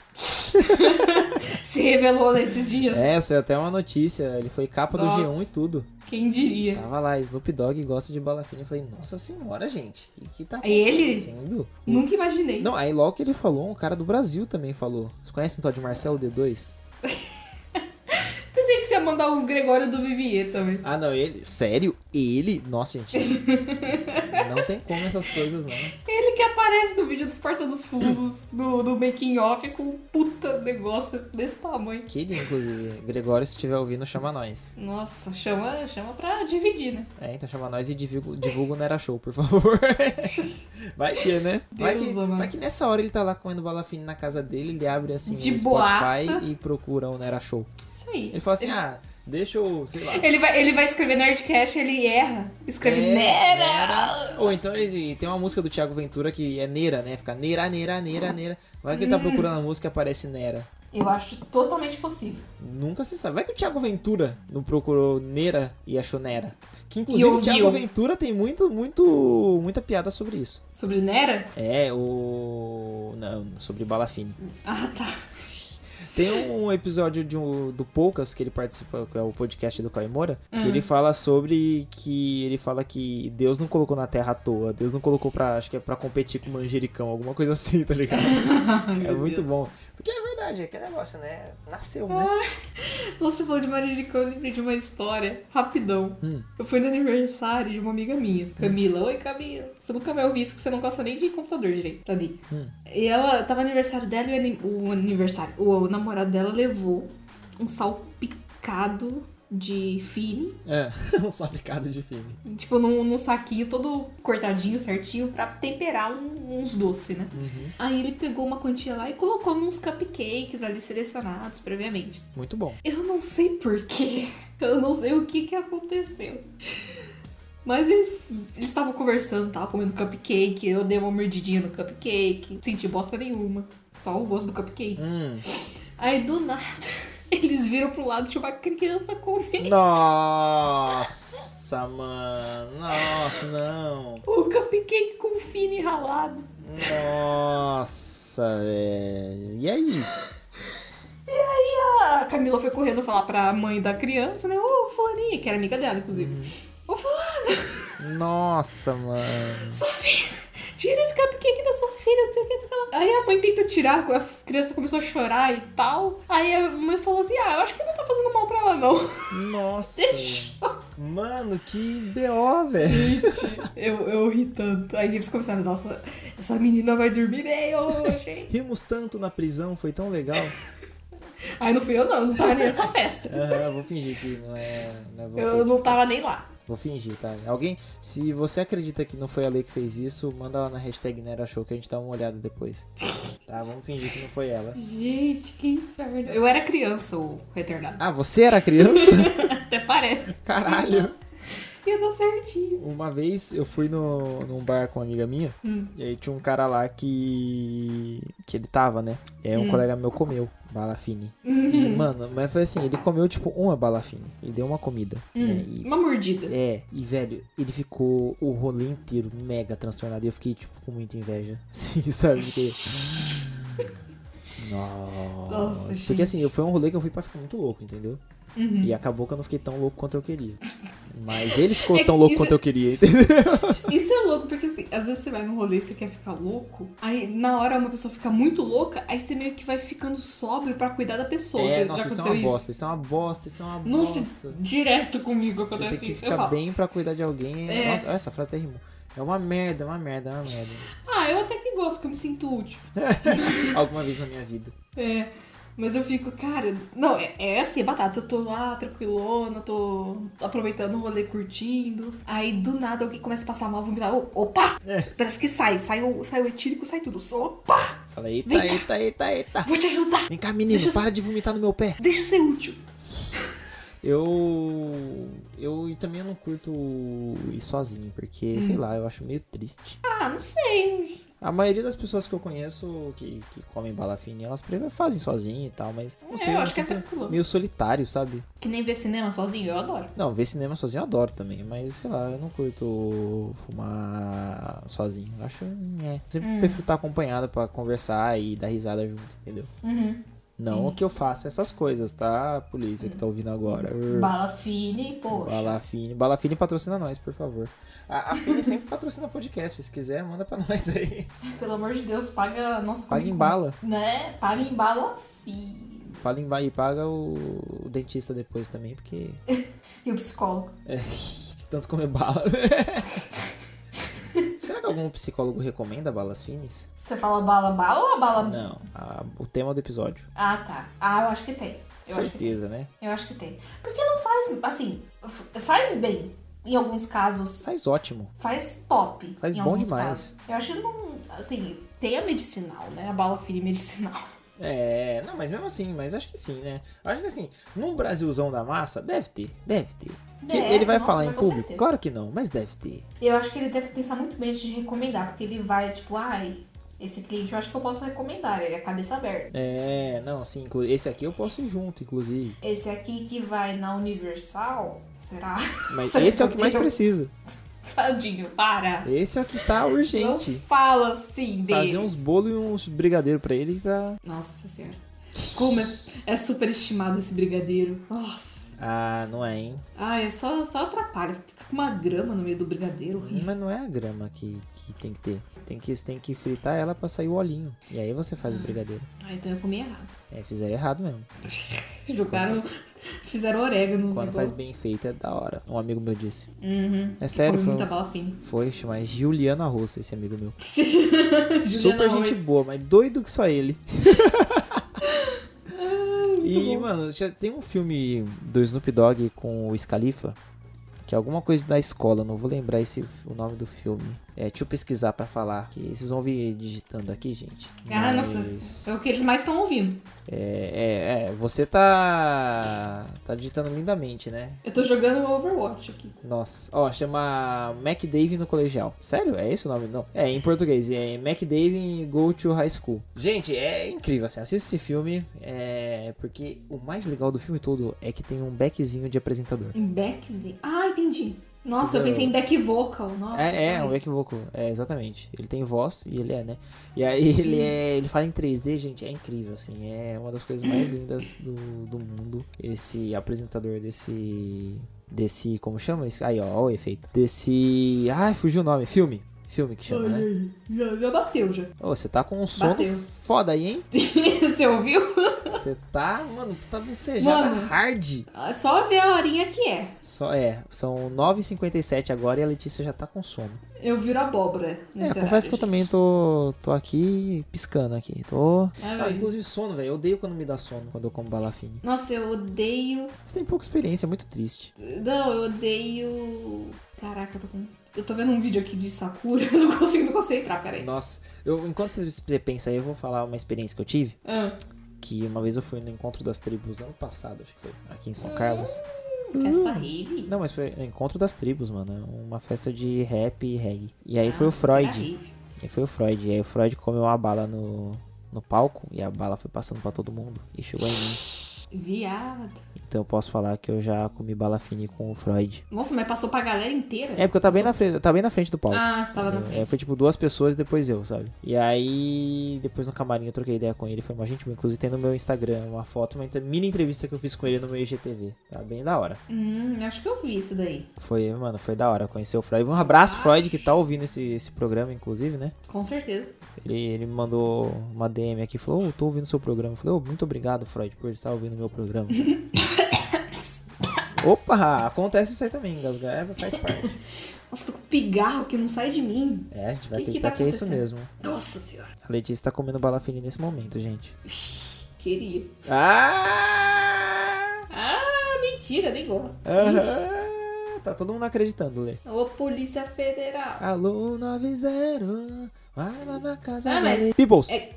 Speaker 2: Se revelou nesses dias.
Speaker 1: É, saiu até uma notícia, ele foi capa
Speaker 2: Nossa.
Speaker 1: do G1 e tudo.
Speaker 2: Quem diria?
Speaker 1: Tava lá, Snoop Dogg gosta de balafina. Eu falei, nossa senhora, gente, o que, que tá
Speaker 2: É ele?
Speaker 1: acontecendo?
Speaker 2: Nunca imaginei.
Speaker 1: Não, aí logo que ele falou, um cara do Brasil também falou. Você conhece o tal de Marcelo D2?
Speaker 2: Pensei que você ia mandar o Gregório do Vivier também.
Speaker 1: Ah, não, ele. Sério? Ele? Nossa, gente. não tem como essas coisas, não.
Speaker 2: Ele que aparece no vídeo dos Porta dos Fundos, do, do making off, com um puta negócio desse tamanho.
Speaker 1: Que ele, inclusive. Gregório, se estiver ouvindo, chama nós.
Speaker 2: Nossa, chama, chama pra dividir, né?
Speaker 1: É, então chama nós e divulga, divulga o Nera Show, por favor. vai que, né? Vai
Speaker 2: Deus
Speaker 1: que,
Speaker 2: amado.
Speaker 1: vai que nessa hora ele tá lá comendo balafine na casa dele, ele abre assim
Speaker 2: De
Speaker 1: o Spotify
Speaker 2: boaça.
Speaker 1: e procura o Nera Show.
Speaker 2: Isso aí.
Speaker 1: Ele fala assim, ah, deixa eu, sei lá.
Speaker 2: Ele vai, ele vai escrever Nerdcast, ele erra. Escreve
Speaker 1: É,
Speaker 2: Nera!
Speaker 1: Ou então ele tem uma música do Thiago Ventura que é Neira, né? Fica Neira, Neira, Neira, Neira. Vai que ele tá procurando a música e aparece Nera.
Speaker 2: Eu acho totalmente possível.
Speaker 1: Nunca se sabe. Vai que o Thiago Ventura não procurou Neira e achou Nera. Que inclusive o
Speaker 2: ouviu.
Speaker 1: Thiago Ventura tem muito, muito, muita piada sobre isso.
Speaker 2: Sobre Nera?
Speaker 1: É, o. Não, sobre Balafine.
Speaker 2: Ah, tá.
Speaker 1: Tem um episódio de um- do Poucas que ele participa, que é o podcast do Caio Moura, que ele fala sobre que ele fala que Deus não colocou na terra à toa, Deus não colocou pra, acho que é pra competir com o manjericão, alguma coisa assim, tá ligado? é muito bom. Porque é verdade, é aquele negócio, né? Nasceu, né?
Speaker 2: Você falou de manjericão, eu lembrei de uma história. Rapidão.
Speaker 1: Hum.
Speaker 2: Eu fui no aniversário de uma amiga minha, Camila. Oi, Camila. Você nunca vai ouvir isso, que você não gosta nem de computador direito. Tá ali.
Speaker 1: Hum.
Speaker 2: E ela, tava no aniversário dela e o ani- o aniversário, o, o namorado dela levou um salpicado de fine
Speaker 1: É, um salpicado de filme.
Speaker 2: Tipo, num, num saquinho todo cortadinho, certinho, pra temperar um- uns doces, né?
Speaker 1: Uhum.
Speaker 2: Aí ele pegou uma quantia lá e colocou nos cupcakes ali selecionados previamente.
Speaker 1: Muito bom.
Speaker 2: Eu não sei porquê, eu não sei o que que aconteceu. Mas eles eles estavam conversando, tava comendo cupcake, eu dei uma mordidinha no cupcake, não senti bosta nenhuma, só o gosto do cupcake.
Speaker 1: Hum.
Speaker 2: Aí do nada, eles viram pro lado de uma criança comendo
Speaker 1: Nossa, mano. Nossa, não.
Speaker 2: o cupcake com fine ralado.
Speaker 1: Nossa, velho. E aí?
Speaker 2: A Camila foi correndo falar pra mãe da criança, né? Ô, fulaninha, que era amiga dela, inclusive. Ô, fulana,
Speaker 1: Nossa, mano.
Speaker 2: sua filha, tira esse cupcake da sua filha, não sei o que, não sei o que lá. Aí a mãe tentou tirar, a criança começou a chorar e tal. Aí a mãe falou assim, ah, eu acho que não tá tô fazendo mal pra ela, não.
Speaker 1: Nossa.
Speaker 2: Deixa.
Speaker 1: Mano, que BO, velho.
Speaker 2: Gente, eu, eu ri tanto. Aí eles começaram, nossa, essa menina vai dormir bem hoje, hein?
Speaker 1: Rimos tanto na prisão, foi tão legal.
Speaker 2: Aí não fui eu, não. Eu não tava nem nessa festa.
Speaker 1: Aham, vou fingir que não é, não é você.
Speaker 2: Eu não tava nem lá.
Speaker 1: Vou fingir, tá? Alguém, se você acredita que não foi a lei que fez isso, manda lá na hashtag Nera Show que a gente dá uma olhada depois. Tá, vamos fingir que não foi ela.
Speaker 2: Gente, que inferno. Eu era criança, o retornado.
Speaker 1: Ah, você era criança?
Speaker 2: Até parece.
Speaker 1: Caralho.
Speaker 2: Ia dar certinho.
Speaker 1: Uma vez eu fui no, num bar com uma amiga minha,
Speaker 2: Hum.
Speaker 1: e aí tinha um cara lá que. que ele tava, né? E
Speaker 2: Hum.
Speaker 1: aí um colega meu comeu balafine. E, mano, mas foi assim, ele comeu tipo uma balafine. Ele deu uma comida. né?
Speaker 2: Hum,
Speaker 1: E-
Speaker 2: uma mordida.
Speaker 1: é, e velho, ele ficou o rolê inteiro mega transtornado. E eu fiquei, tipo, com muita inveja. Assim, sabe? Porque... Nossa.
Speaker 2: Nossa, gente.
Speaker 1: Porque assim, eu- foi um rolê que eu fui pra ficar muito louco, entendeu?
Speaker 2: Uhum.
Speaker 1: E acabou que eu não fiquei tão louco quanto eu queria. Mas ele ficou
Speaker 2: É que
Speaker 1: tão louco
Speaker 2: isso-
Speaker 1: quanto eu queria, entendeu?
Speaker 2: Isso é louco, porque assim, às vezes você vai num rolê e você quer ficar louco, aí na hora uma pessoa fica muito louca, aí você meio que vai ficando sóbrio pra cuidar da pessoa.
Speaker 1: É,
Speaker 2: Já
Speaker 1: nossa, isso é
Speaker 2: aconteceu
Speaker 1: uma bosta, isso é uma bosta, isso é uma
Speaker 2: Nossa,
Speaker 1: bosta.
Speaker 2: direto comigo
Speaker 1: Você
Speaker 2: acontece
Speaker 1: tem que
Speaker 2: isso. Eu
Speaker 1: ficar
Speaker 2: falo,
Speaker 1: bem pra cuidar de alguém.
Speaker 2: É.
Speaker 1: Nossa, olha essa frase até rimou. É uma merda, é uma merda, é uma merda.
Speaker 2: ah, eu até que gosto, que eu me sinto útil.
Speaker 1: Alguma vez na minha vida.
Speaker 2: É, mas eu fico, cara, não, é, é assim, é batata. Eu tô lá tranquilona, tô aproveitando o rolê, curtindo. Aí do nada alguém começa a passar mal, vomitar. Ô, Opa!
Speaker 1: É.
Speaker 2: Parece que sai, sai o, sai o etílico, sai tudo. Opa!
Speaker 1: Fala, eita,
Speaker 2: Vem cá.
Speaker 1: eita, eita, eita.
Speaker 2: Vou te ajudar!
Speaker 1: Vem cá, menino,
Speaker 2: Deixa eu-
Speaker 1: para de vomitar no meu pé.
Speaker 2: Deixa eu ser útil.
Speaker 1: Eu. Eu também não curto ir sozinho, porque, sei lá, eu acho meio triste.
Speaker 2: Ah, não sei.
Speaker 1: A maioria das pessoas que eu conheço que, que comem balafine, elas pre- fazem sozinho e tal, mas não
Speaker 2: É,
Speaker 1: sei, então.
Speaker 2: eu
Speaker 1: eu
Speaker 2: acho que é
Speaker 1: me sinto
Speaker 2: tranquilo.
Speaker 1: meio solitário, sabe?
Speaker 2: Que nem ver cinema sozinho, eu adoro.
Speaker 1: Não, ver cinema sozinho eu adoro também, mas sei lá, eu não curto fumar sozinho. Eu acho. É. Sempre
Speaker 2: Hum.
Speaker 1: prefiro estar acompanhado pra conversar e dar risada junto, entendeu?
Speaker 2: Uhum.
Speaker 1: Não que eu faça essas coisas, tá? Polícia que tá ouvindo agora. Urr.
Speaker 2: Balafine, poxa.
Speaker 1: Balafine. Balafine patrocina nós, por favor. A, a Fine sempre patrocina podcast. Se quiser, manda pra nós aí.
Speaker 2: Pelo amor de Deus, paga a nossa
Speaker 1: Paga em
Speaker 2: comida.
Speaker 1: bala.
Speaker 2: Né? Paga em balafine.
Speaker 1: Paga em bala e paga o, o dentista depois também, porque.
Speaker 2: E o psicólogo.
Speaker 1: É, de tanto comer bala. né? Será que algum psicólogo recomenda balas finas?
Speaker 2: Você fala bala, bala ou a bala?
Speaker 1: Não. a- o tema do episódio.
Speaker 2: Ah, tá. Ah, eu acho que tem. Eu acho que,
Speaker 1: Certeza, né?
Speaker 2: eu acho que tem. Porque não faz, assim, f- faz bem em alguns casos,
Speaker 1: Faz ótimo.
Speaker 2: faz top.
Speaker 1: Faz
Speaker 2: em
Speaker 1: bom
Speaker 2: alguns
Speaker 1: demais.
Speaker 2: casos. Eu acho que não, assim, tem a medicinal, né? A bala fine medicinal.
Speaker 1: É, não, mas mesmo assim, mas acho que sim, né? Acho que assim, num Brasilzão da massa, deve ter, deve ter. Que
Speaker 2: Deve,
Speaker 1: ele vai
Speaker 2: É, nossa,
Speaker 1: falar em
Speaker 2: mas com
Speaker 1: público?
Speaker 2: certeza.
Speaker 1: Claro que não, mas deve ter.
Speaker 2: Eu acho que ele deve pensar muito bem antes de recomendar, porque ele vai, tipo, ai, esse cliente eu acho que eu posso recomendar, ele é cabeça aberta.
Speaker 1: É, não, sim, inclu- esse aqui eu posso ir junto, inclusive.
Speaker 2: Esse aqui que vai na Universal, será?
Speaker 1: Mas
Speaker 2: Sabe
Speaker 1: esse é o que mais
Speaker 2: eu-
Speaker 1: precisa.
Speaker 2: Tadinho, para!
Speaker 1: Esse é o que tá
Speaker 2: Não
Speaker 1: urgente.
Speaker 2: fala assim deles.
Speaker 1: Fazer uns bolos e uns brigadeiros pra ele pra.
Speaker 2: Nossa senhora. Como é, é superestimado esse brigadeiro. Nossa.
Speaker 1: Ah, não é, hein?
Speaker 2: Ai, é só, só atrapalha. Fica com uma grama no meio do brigadeiro. horrível.
Speaker 1: Mas não é a grama que, que tem que ter. Tem que, tem que fritar ela pra sair o olhinho. E aí você faz o brigadeiro.
Speaker 2: Ah, então eu comi errado.
Speaker 1: É, fizeram errado mesmo.
Speaker 2: Jogaram, fizeram orégano. no
Speaker 1: Quando faz
Speaker 2: negócio.
Speaker 1: bem feito é da hora. Um amigo meu disse.
Speaker 2: Uhum.
Speaker 1: É sério,
Speaker 2: Come
Speaker 1: foi,
Speaker 2: muita bala fina.
Speaker 1: foi chamar Juliana Russo, esse amigo meu.
Speaker 2: Juliana
Speaker 1: Super gente
Speaker 2: Arroz.
Speaker 1: boa, mas doido que só ele. e,
Speaker 2: bom.
Speaker 1: mano, já tem um filme do Snoop Dogg com o Scalifa, que é alguma coisa da escola, não vou lembrar esse, o nome do filme. É, deixa eu pesquisar pra falar, que vocês vão vir digitando aqui, gente.
Speaker 2: Ah,
Speaker 1: Mas-
Speaker 2: nossa. É o que eles mais estão ouvindo.
Speaker 1: É, é, é, você tá. tá digitando lindamente, né?
Speaker 2: Eu tô jogando o Overwatch aqui.
Speaker 1: Nossa, ó, chama McDave no colegial. Sério? É esse o nome? Não. É, em português. É McDave Go to High School. Gente, é incrível, assim. Assista esse filme, é... porque o mais legal do filme todo é que tem um backzinho de apresentador.
Speaker 2: Em backzinho. Ah, entendi. Nossa, eu
Speaker 1: Entendeu?
Speaker 2: pensei em back vocal. Nossa. tá.
Speaker 1: É, é,
Speaker 2: ai.
Speaker 1: um back vocal. É, exatamente. Ele tem voz e ele é, né? E aí ele é, ele fala em 3D, gente, é incrível, assim. É uma das coisas mais lindas do, do mundo. Esse apresentador desse... Desse, como chama isso? Aí, ó, ó o efeito. Desse... Ai, fugiu o nome. Filme. Filme que chama, né?
Speaker 2: aí, já, já bateu já.
Speaker 1: Ô, você tá com um sono
Speaker 2: Bateu.
Speaker 1: foda aí, hein?
Speaker 2: Você ouviu?
Speaker 1: Você tá, mano, tá vicejada
Speaker 2: Mano.
Speaker 1: hard.
Speaker 2: É Só ver a horinha que é.
Speaker 1: Só é, são 9h57 agora e a Letícia já tá com sono.
Speaker 2: Eu viro abóbora.
Speaker 1: É,
Speaker 2: nesse
Speaker 1: confesso que eu
Speaker 2: horário,
Speaker 1: também tô, tô aqui piscando aqui. Tô.
Speaker 2: gente. Ai,
Speaker 1: Ah,
Speaker 2: É, velho.
Speaker 1: inclusive sono, velho. Eu odeio quando me dá sono quando eu como balafine.
Speaker 2: Nossa, eu odeio.
Speaker 1: Você tem pouca experiência, é muito triste.
Speaker 2: Não, eu odeio. Caraca, eu tô com. Eu tô vendo um vídeo aqui de Sakura, eu não consigo me concentrar, peraí.
Speaker 1: Nossa, eu, enquanto você- você pensa aí, eu vou falar uma experiência que eu tive.
Speaker 2: Ah,
Speaker 1: Que uma vez eu fui no encontro das tribos ano passado, acho que foi, aqui em São Carlos.
Speaker 2: festa rave?
Speaker 1: Não, mas foi o encontro das tribos, mano. é Uma festa de rap e reggae. E aí
Speaker 2: Ah,
Speaker 1: foi o
Speaker 2: será
Speaker 1: Freud.
Speaker 2: rave?
Speaker 1: E foi o Freud. E aí o Freud comeu uma bala no, no palco e a bala foi passando pra todo mundo e chegou em mim.
Speaker 2: Viado.
Speaker 1: Então eu posso falar que eu já comi bala fine com o Freud.
Speaker 2: Nossa, mas passou pra galera inteira?
Speaker 1: É, porque eu tava bem na frente, eu tava bem na frente do palco.
Speaker 2: Ah, você tava na
Speaker 1: É,
Speaker 2: frente.
Speaker 1: foi tipo duas pessoas e depois eu, sabe? E aí, depois no camarim eu troquei ideia com ele, foi uma gente boa. Inclusive tem no meu Instagram uma foto, uma inter- mini entrevista que eu fiz com ele no meu IGTV. Tá bem da hora.
Speaker 2: Hum, acho que eu vi isso daí.
Speaker 1: Foi, mano, foi da hora conhecer o Freud. Um abraço, Freud, que tá ouvindo esse, esse programa, inclusive, né?
Speaker 2: Com certeza.
Speaker 1: Ele, ele me mandou uma DM aqui, falou, ô, tô ouvindo seu programa. Eu falei, ô, muito obrigado, Freud, por estar ouvindo meu programa. Opa, acontece isso aí também, engasgar, é, faz parte.
Speaker 2: Nossa, tô com pigarro que não sai de mim.
Speaker 1: É, a gente vai
Speaker 2: Que que
Speaker 1: acreditar
Speaker 2: tá
Speaker 1: que, é isso
Speaker 2: acontecendo?
Speaker 1: mesmo.
Speaker 2: Nossa senhora.
Speaker 1: A Letícia tá comendo balafine nesse momento, gente.
Speaker 2: Queria.
Speaker 1: Ah!
Speaker 2: Ah, mentira, nem gosto. Ixi.
Speaker 1: Aham. Tá todo mundo acreditando, Lê.
Speaker 2: Ô, Polícia Federal.
Speaker 1: Alô, 90, vai lá na casa
Speaker 2: Ah,
Speaker 1: da
Speaker 2: mas-
Speaker 1: Lê. Peoples,
Speaker 2: É,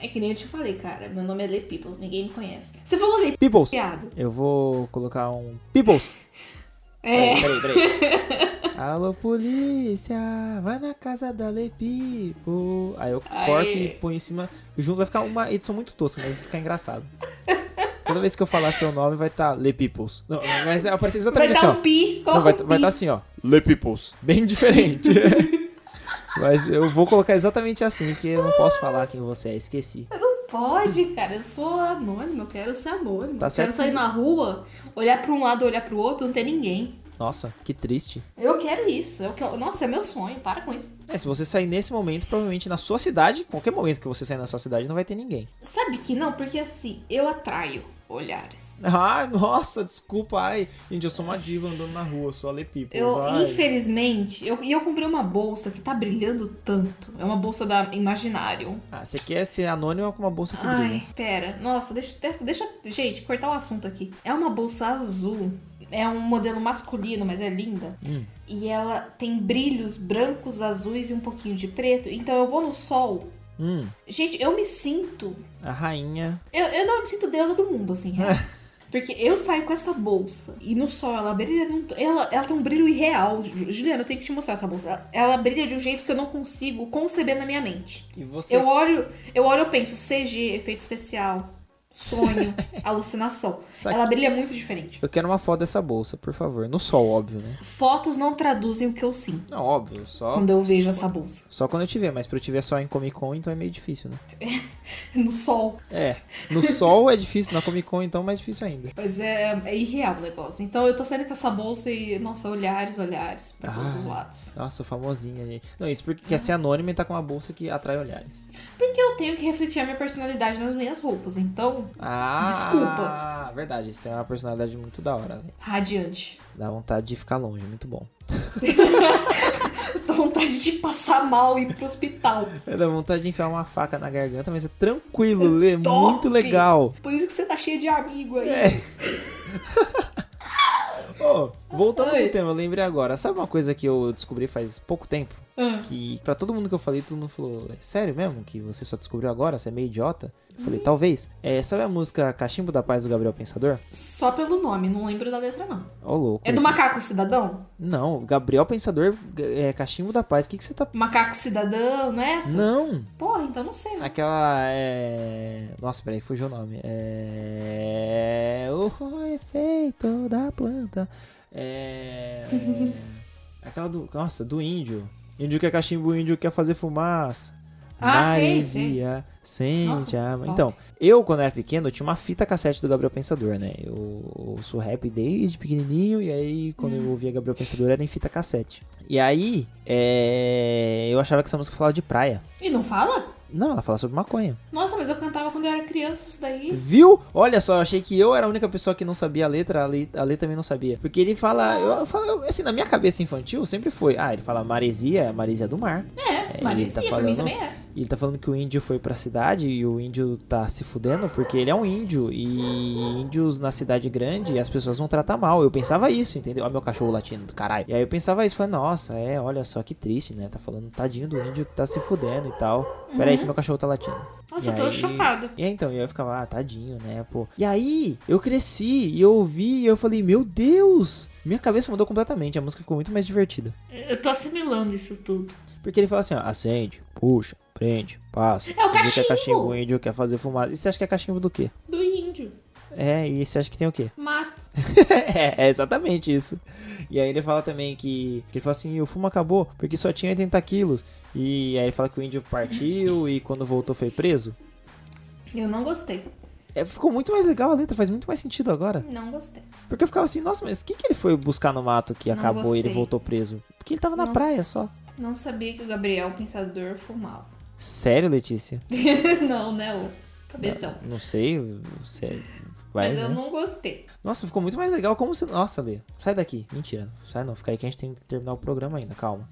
Speaker 2: é que nem eu te falei, cara. Meu nome é Lê Peoples, ninguém me conhece. Você falou Lê
Speaker 1: Peoples.
Speaker 2: Piado.
Speaker 1: Eu vou colocar um. Peoples!
Speaker 2: É.
Speaker 1: Peraí, peraí, peraí. Alô, polícia! Vai na casa da Lei People. Aí eu corto
Speaker 2: Aê.
Speaker 1: e põe em cima. Junto vai ficar uma edição muito tosca, mas vai ficar engraçado. Toda vez que eu falar seu nome, vai estar tá Le Peoples. Não, vai ser- aparecer
Speaker 2: Vai
Speaker 1: exatamente
Speaker 2: dar
Speaker 1: assim, ó.
Speaker 2: um pi, coloca
Speaker 1: Não, vai
Speaker 2: um pi.
Speaker 1: estar assim, ó. Le Peoples. Bem diferente. Mas eu vou colocar exatamente assim, porque eu não posso falar quem você é, esqueci.
Speaker 2: Pode, cara. Eu sou anônimo, eu quero ser anônimo.
Speaker 1: Tá
Speaker 2: eu quero
Speaker 1: certo
Speaker 2: sair
Speaker 1: que-
Speaker 2: na rua, olhar pra um lado, olhar pro outro, não ter ninguém.
Speaker 1: Nossa, que triste.
Speaker 2: Eu quero isso. Eu quero... Nossa, é meu sonho. Para com isso.
Speaker 1: É, se você sair nesse momento, provavelmente na sua cidade, qualquer momento que você sair na sua cidade, não vai ter ninguém.
Speaker 2: Sabe que não? Porque assim, eu atraio olhares.
Speaker 1: Ah, nossa, desculpa, ai. Gente, eu sou uma diva andando na rua, sou a Le Peoples.
Speaker 2: Eu,
Speaker 1: ai.
Speaker 2: infelizmente, eu, e eu comprei uma bolsa que tá brilhando tanto. É uma bolsa da Imaginário.
Speaker 1: Ah, você quer ser anônima com uma bolsa que brilha.
Speaker 2: Ai, pera. Nossa, deixa, até- deixa. Gente, cortar o assunto aqui. É uma bolsa azul. É um modelo masculino, mas é linda.
Speaker 1: Hum.
Speaker 2: E ela tem brilhos brancos, azuis e um pouquinho de preto. Então eu vou no sol.
Speaker 1: Hum,
Speaker 2: Gente, eu me sinto.
Speaker 1: a rainha.
Speaker 2: Eu, eu não me sinto deusa do mundo, assim, real. Porque eu saio com essa bolsa e no sol ela brilha. num- Ela, ela tem um brilho irreal. Ju- Juliana, eu tenho que te mostrar essa bolsa. Ela, ela brilha de um jeito que eu não consigo conceber na minha mente.
Speaker 1: E você.
Speaker 2: Eu olho, eu olho, eu penso CG, efeito especial, sonho, alucinação.
Speaker 1: Isso aqui-
Speaker 2: Ela brilha muito diferente.
Speaker 1: Eu quero uma foto dessa bolsa, por favor. No sol, óbvio, né?
Speaker 2: Fotos não traduzem o que eu sinto
Speaker 1: Não, óbvio, só.
Speaker 2: quando eu vejo essa bolsa.
Speaker 1: Só quando eu tiver, mas pra eu tiver só em Comic Con, então é meio difícil, né?
Speaker 2: No sol.
Speaker 1: É, no sol é difícil, na Comic Con, então, mais difícil ainda.
Speaker 2: Mas é, é irreal o negócio. Então eu tô saindo com essa bolsa e, nossa, olhares, olhares pra todos
Speaker 1: Ah.
Speaker 2: os lados.
Speaker 1: Nossa, famosinha, gente. Não, isso porque quer ser anônima e tá com uma bolsa que atrai olhares.
Speaker 2: Porque eu tenho que refletir a minha personalidade nas minhas roupas. Então,
Speaker 1: Ah!
Speaker 2: Desculpa.
Speaker 1: Verdade, você tem uma personalidade muito da hora, velho.
Speaker 2: radiante.
Speaker 1: Dá vontade de ficar longe, muito bom.
Speaker 2: Dá vontade de passar mal e ir pro hospital.
Speaker 1: É, Dá vontade de enfiar uma faca na garganta, mas é tranquilo, Lê.
Speaker 2: É Top!
Speaker 1: Muito legal.
Speaker 2: Por isso que você tá cheia de amigo aí.
Speaker 1: É. Ô, voltando
Speaker 2: Oi.
Speaker 1: ao tema, eu lembrei agora. Sabe uma coisa que eu descobri faz pouco tempo?
Speaker 2: Ah.
Speaker 1: Que pra todo mundo que eu falei, todo mundo falou: "É Sério mesmo? Que você só descobriu agora? Você é meio idiota? Eu falei: Talvez. É, sabe a música Cachimbo da Paz do Gabriel Pensador?
Speaker 2: Só pelo nome, não lembro da letra não.
Speaker 1: Ó, louco.
Speaker 2: É do Macaco Cidadão?
Speaker 1: Não, Gabriel Pensador é Cachimbo da Paz. O que, que você tá.
Speaker 2: Macaco Cidadão, não é essa?
Speaker 1: Não!
Speaker 2: Porra, então não sei, né?
Speaker 1: Aquela é. Nossa, peraí, fugiu o nome. É. O efeito da planta. É. é Aquela do. Nossa, do índio. Índio quer cachimbo, índio quer fazer fumaça.
Speaker 2: Ah, sei,
Speaker 1: Maresia, sente
Speaker 2: Nossa,
Speaker 1: a mão.
Speaker 2: top.
Speaker 1: Então, eu, quando era pequeno, eu tinha uma fita cassete do Gabriel Pensador, né? Eu ouço rap desde pequenininho, e aí, quando
Speaker 2: Hum.
Speaker 1: eu ouvia Gabriel Pensador, era em fita cassete. E aí, é, eu achava que essa música falava de praia.
Speaker 2: E não fala?
Speaker 1: Não, ela fala sobre maconha.
Speaker 2: Nossa, mas eu cantava quando eu era criança isso daí.
Speaker 1: Viu? Olha só, eu achei que eu era a única pessoa que não sabia a letra, a Le- a Lê também não sabia. Porque ele fala, eu, eu falo- eu- assim, na minha cabeça infantil sempre foi, ah, ele fala maresia, é a maresia do mar.
Speaker 2: É,
Speaker 1: ele
Speaker 2: Maresia,
Speaker 1: tá
Speaker 2: pra mim
Speaker 1: falando-
Speaker 2: também é.
Speaker 1: E ele tá falando que o índio foi pra cidade e o índio tá se fudendo porque ele é um índio e índios na cidade grande as pessoas vão tratar mal. Eu pensava isso, entendeu? Ó, meu cachorro latindo do caralho. E aí eu pensava isso, falei, nossa, é, olha só que triste, né? Tá falando tadinho do índio que tá se fudendo e tal. Pera aí que meu cachorro tá latindo.
Speaker 2: Uhum. Nossa,
Speaker 1: E
Speaker 2: eu tô
Speaker 1: aí-
Speaker 2: chocada.
Speaker 1: E aí, então, e aí eu ficava, ah, tadinho, né, pô. E aí, eu cresci e eu ouvi e eu falei, meu Deus! Minha cabeça mudou completamente, a música ficou muito mais divertida.
Speaker 2: Eu tô assimilando isso tudo.
Speaker 1: Porque ele fala assim, ó, acende, puxa, prende, passa.
Speaker 2: É o
Speaker 1: Índio quer
Speaker 2: cachimbo.
Speaker 1: cachimbo, o índio quer fazer fumaça. E você acha que é cachimbo do quê?
Speaker 2: Do índio.
Speaker 1: É, e você acha que tem o quê?
Speaker 2: Mata.
Speaker 1: é, é exatamente isso. E aí ele fala também que, que ele fala assim, o fumo acabou porque só tinha 80 quilos. E aí ele fala que o índio partiu e quando voltou foi preso.
Speaker 2: Eu não gostei.
Speaker 1: É, ficou muito mais legal a letra, faz muito mais sentido agora.
Speaker 2: Não gostei.
Speaker 1: Porque eu ficava assim, nossa, mas o que, que ele foi buscar no mato que
Speaker 2: Não
Speaker 1: acabou e ele
Speaker 2: gostei.
Speaker 1: voltou preso? Porque ele tava na
Speaker 2: Não
Speaker 1: praia só.
Speaker 2: Não sabia que o Gabriel Pensador fumava.
Speaker 1: Sério, Letícia?
Speaker 2: não, né, ô? Cabeção.
Speaker 1: Não sei, sério. Vai,
Speaker 2: mas eu
Speaker 1: né?
Speaker 2: não gostei.
Speaker 1: Nossa, ficou muito mais legal como você. Nossa, Lê, sai daqui. Mentira, sai não, fica aí que a gente tem que terminar o programa ainda, calma.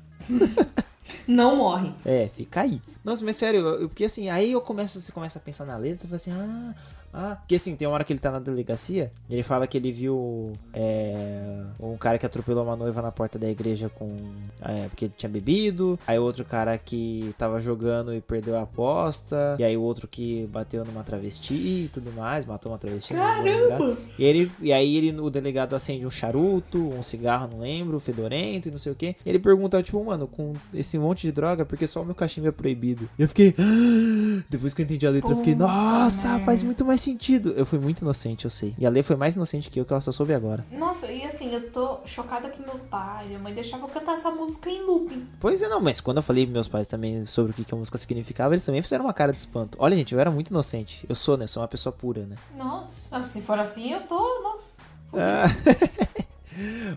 Speaker 2: Não morre.
Speaker 1: É, fica aí. Nossa, mas sério, eu- eu- porque assim, aí eu começo, você começa a pensar na letra, e assim, ah, ah. Porque assim, tem uma hora que ele tá na delegacia, e ele fala que ele viu é, um cara que atropelou uma noiva na porta da igreja com. é, porque ele tinha bebido, aí outro cara que tava jogando e perdeu a aposta, e aí o outro que bateu numa travesti e tudo mais, matou uma travesti. né, não é vou lembrar.
Speaker 2: Caramba!
Speaker 1: E, ele, e aí ele, o delegado acende um charuto, um cigarro, não lembro, fedorento e não sei o que. Ele pergunta, tipo, mano, com esse monte de droga, porque só o meu cachimbo é proibido. E eu fiquei. "Ah!" Depois que eu entendi a letra, eu fiquei,
Speaker 2: Puta
Speaker 1: nossa,
Speaker 2: merda.
Speaker 1: faz muito mais sentido. Eu fui muito inocente, eu sei. E a Lê foi mais inocente que eu, que ela só soube agora.
Speaker 2: Nossa, e assim, eu tô chocada que meu pai, minha mãe deixavam eu cantar essa música em looping.
Speaker 1: Pois é, não, mas quando eu falei pros meus pais também sobre o que, que a música significava, eles também fizeram uma cara de espanto. Olha, gente, eu era muito inocente. Eu sou, né? Eu sou uma pessoa pura, né?
Speaker 2: Nossa, nossa, se for assim, eu tô. Nossa.
Speaker 1: Ah.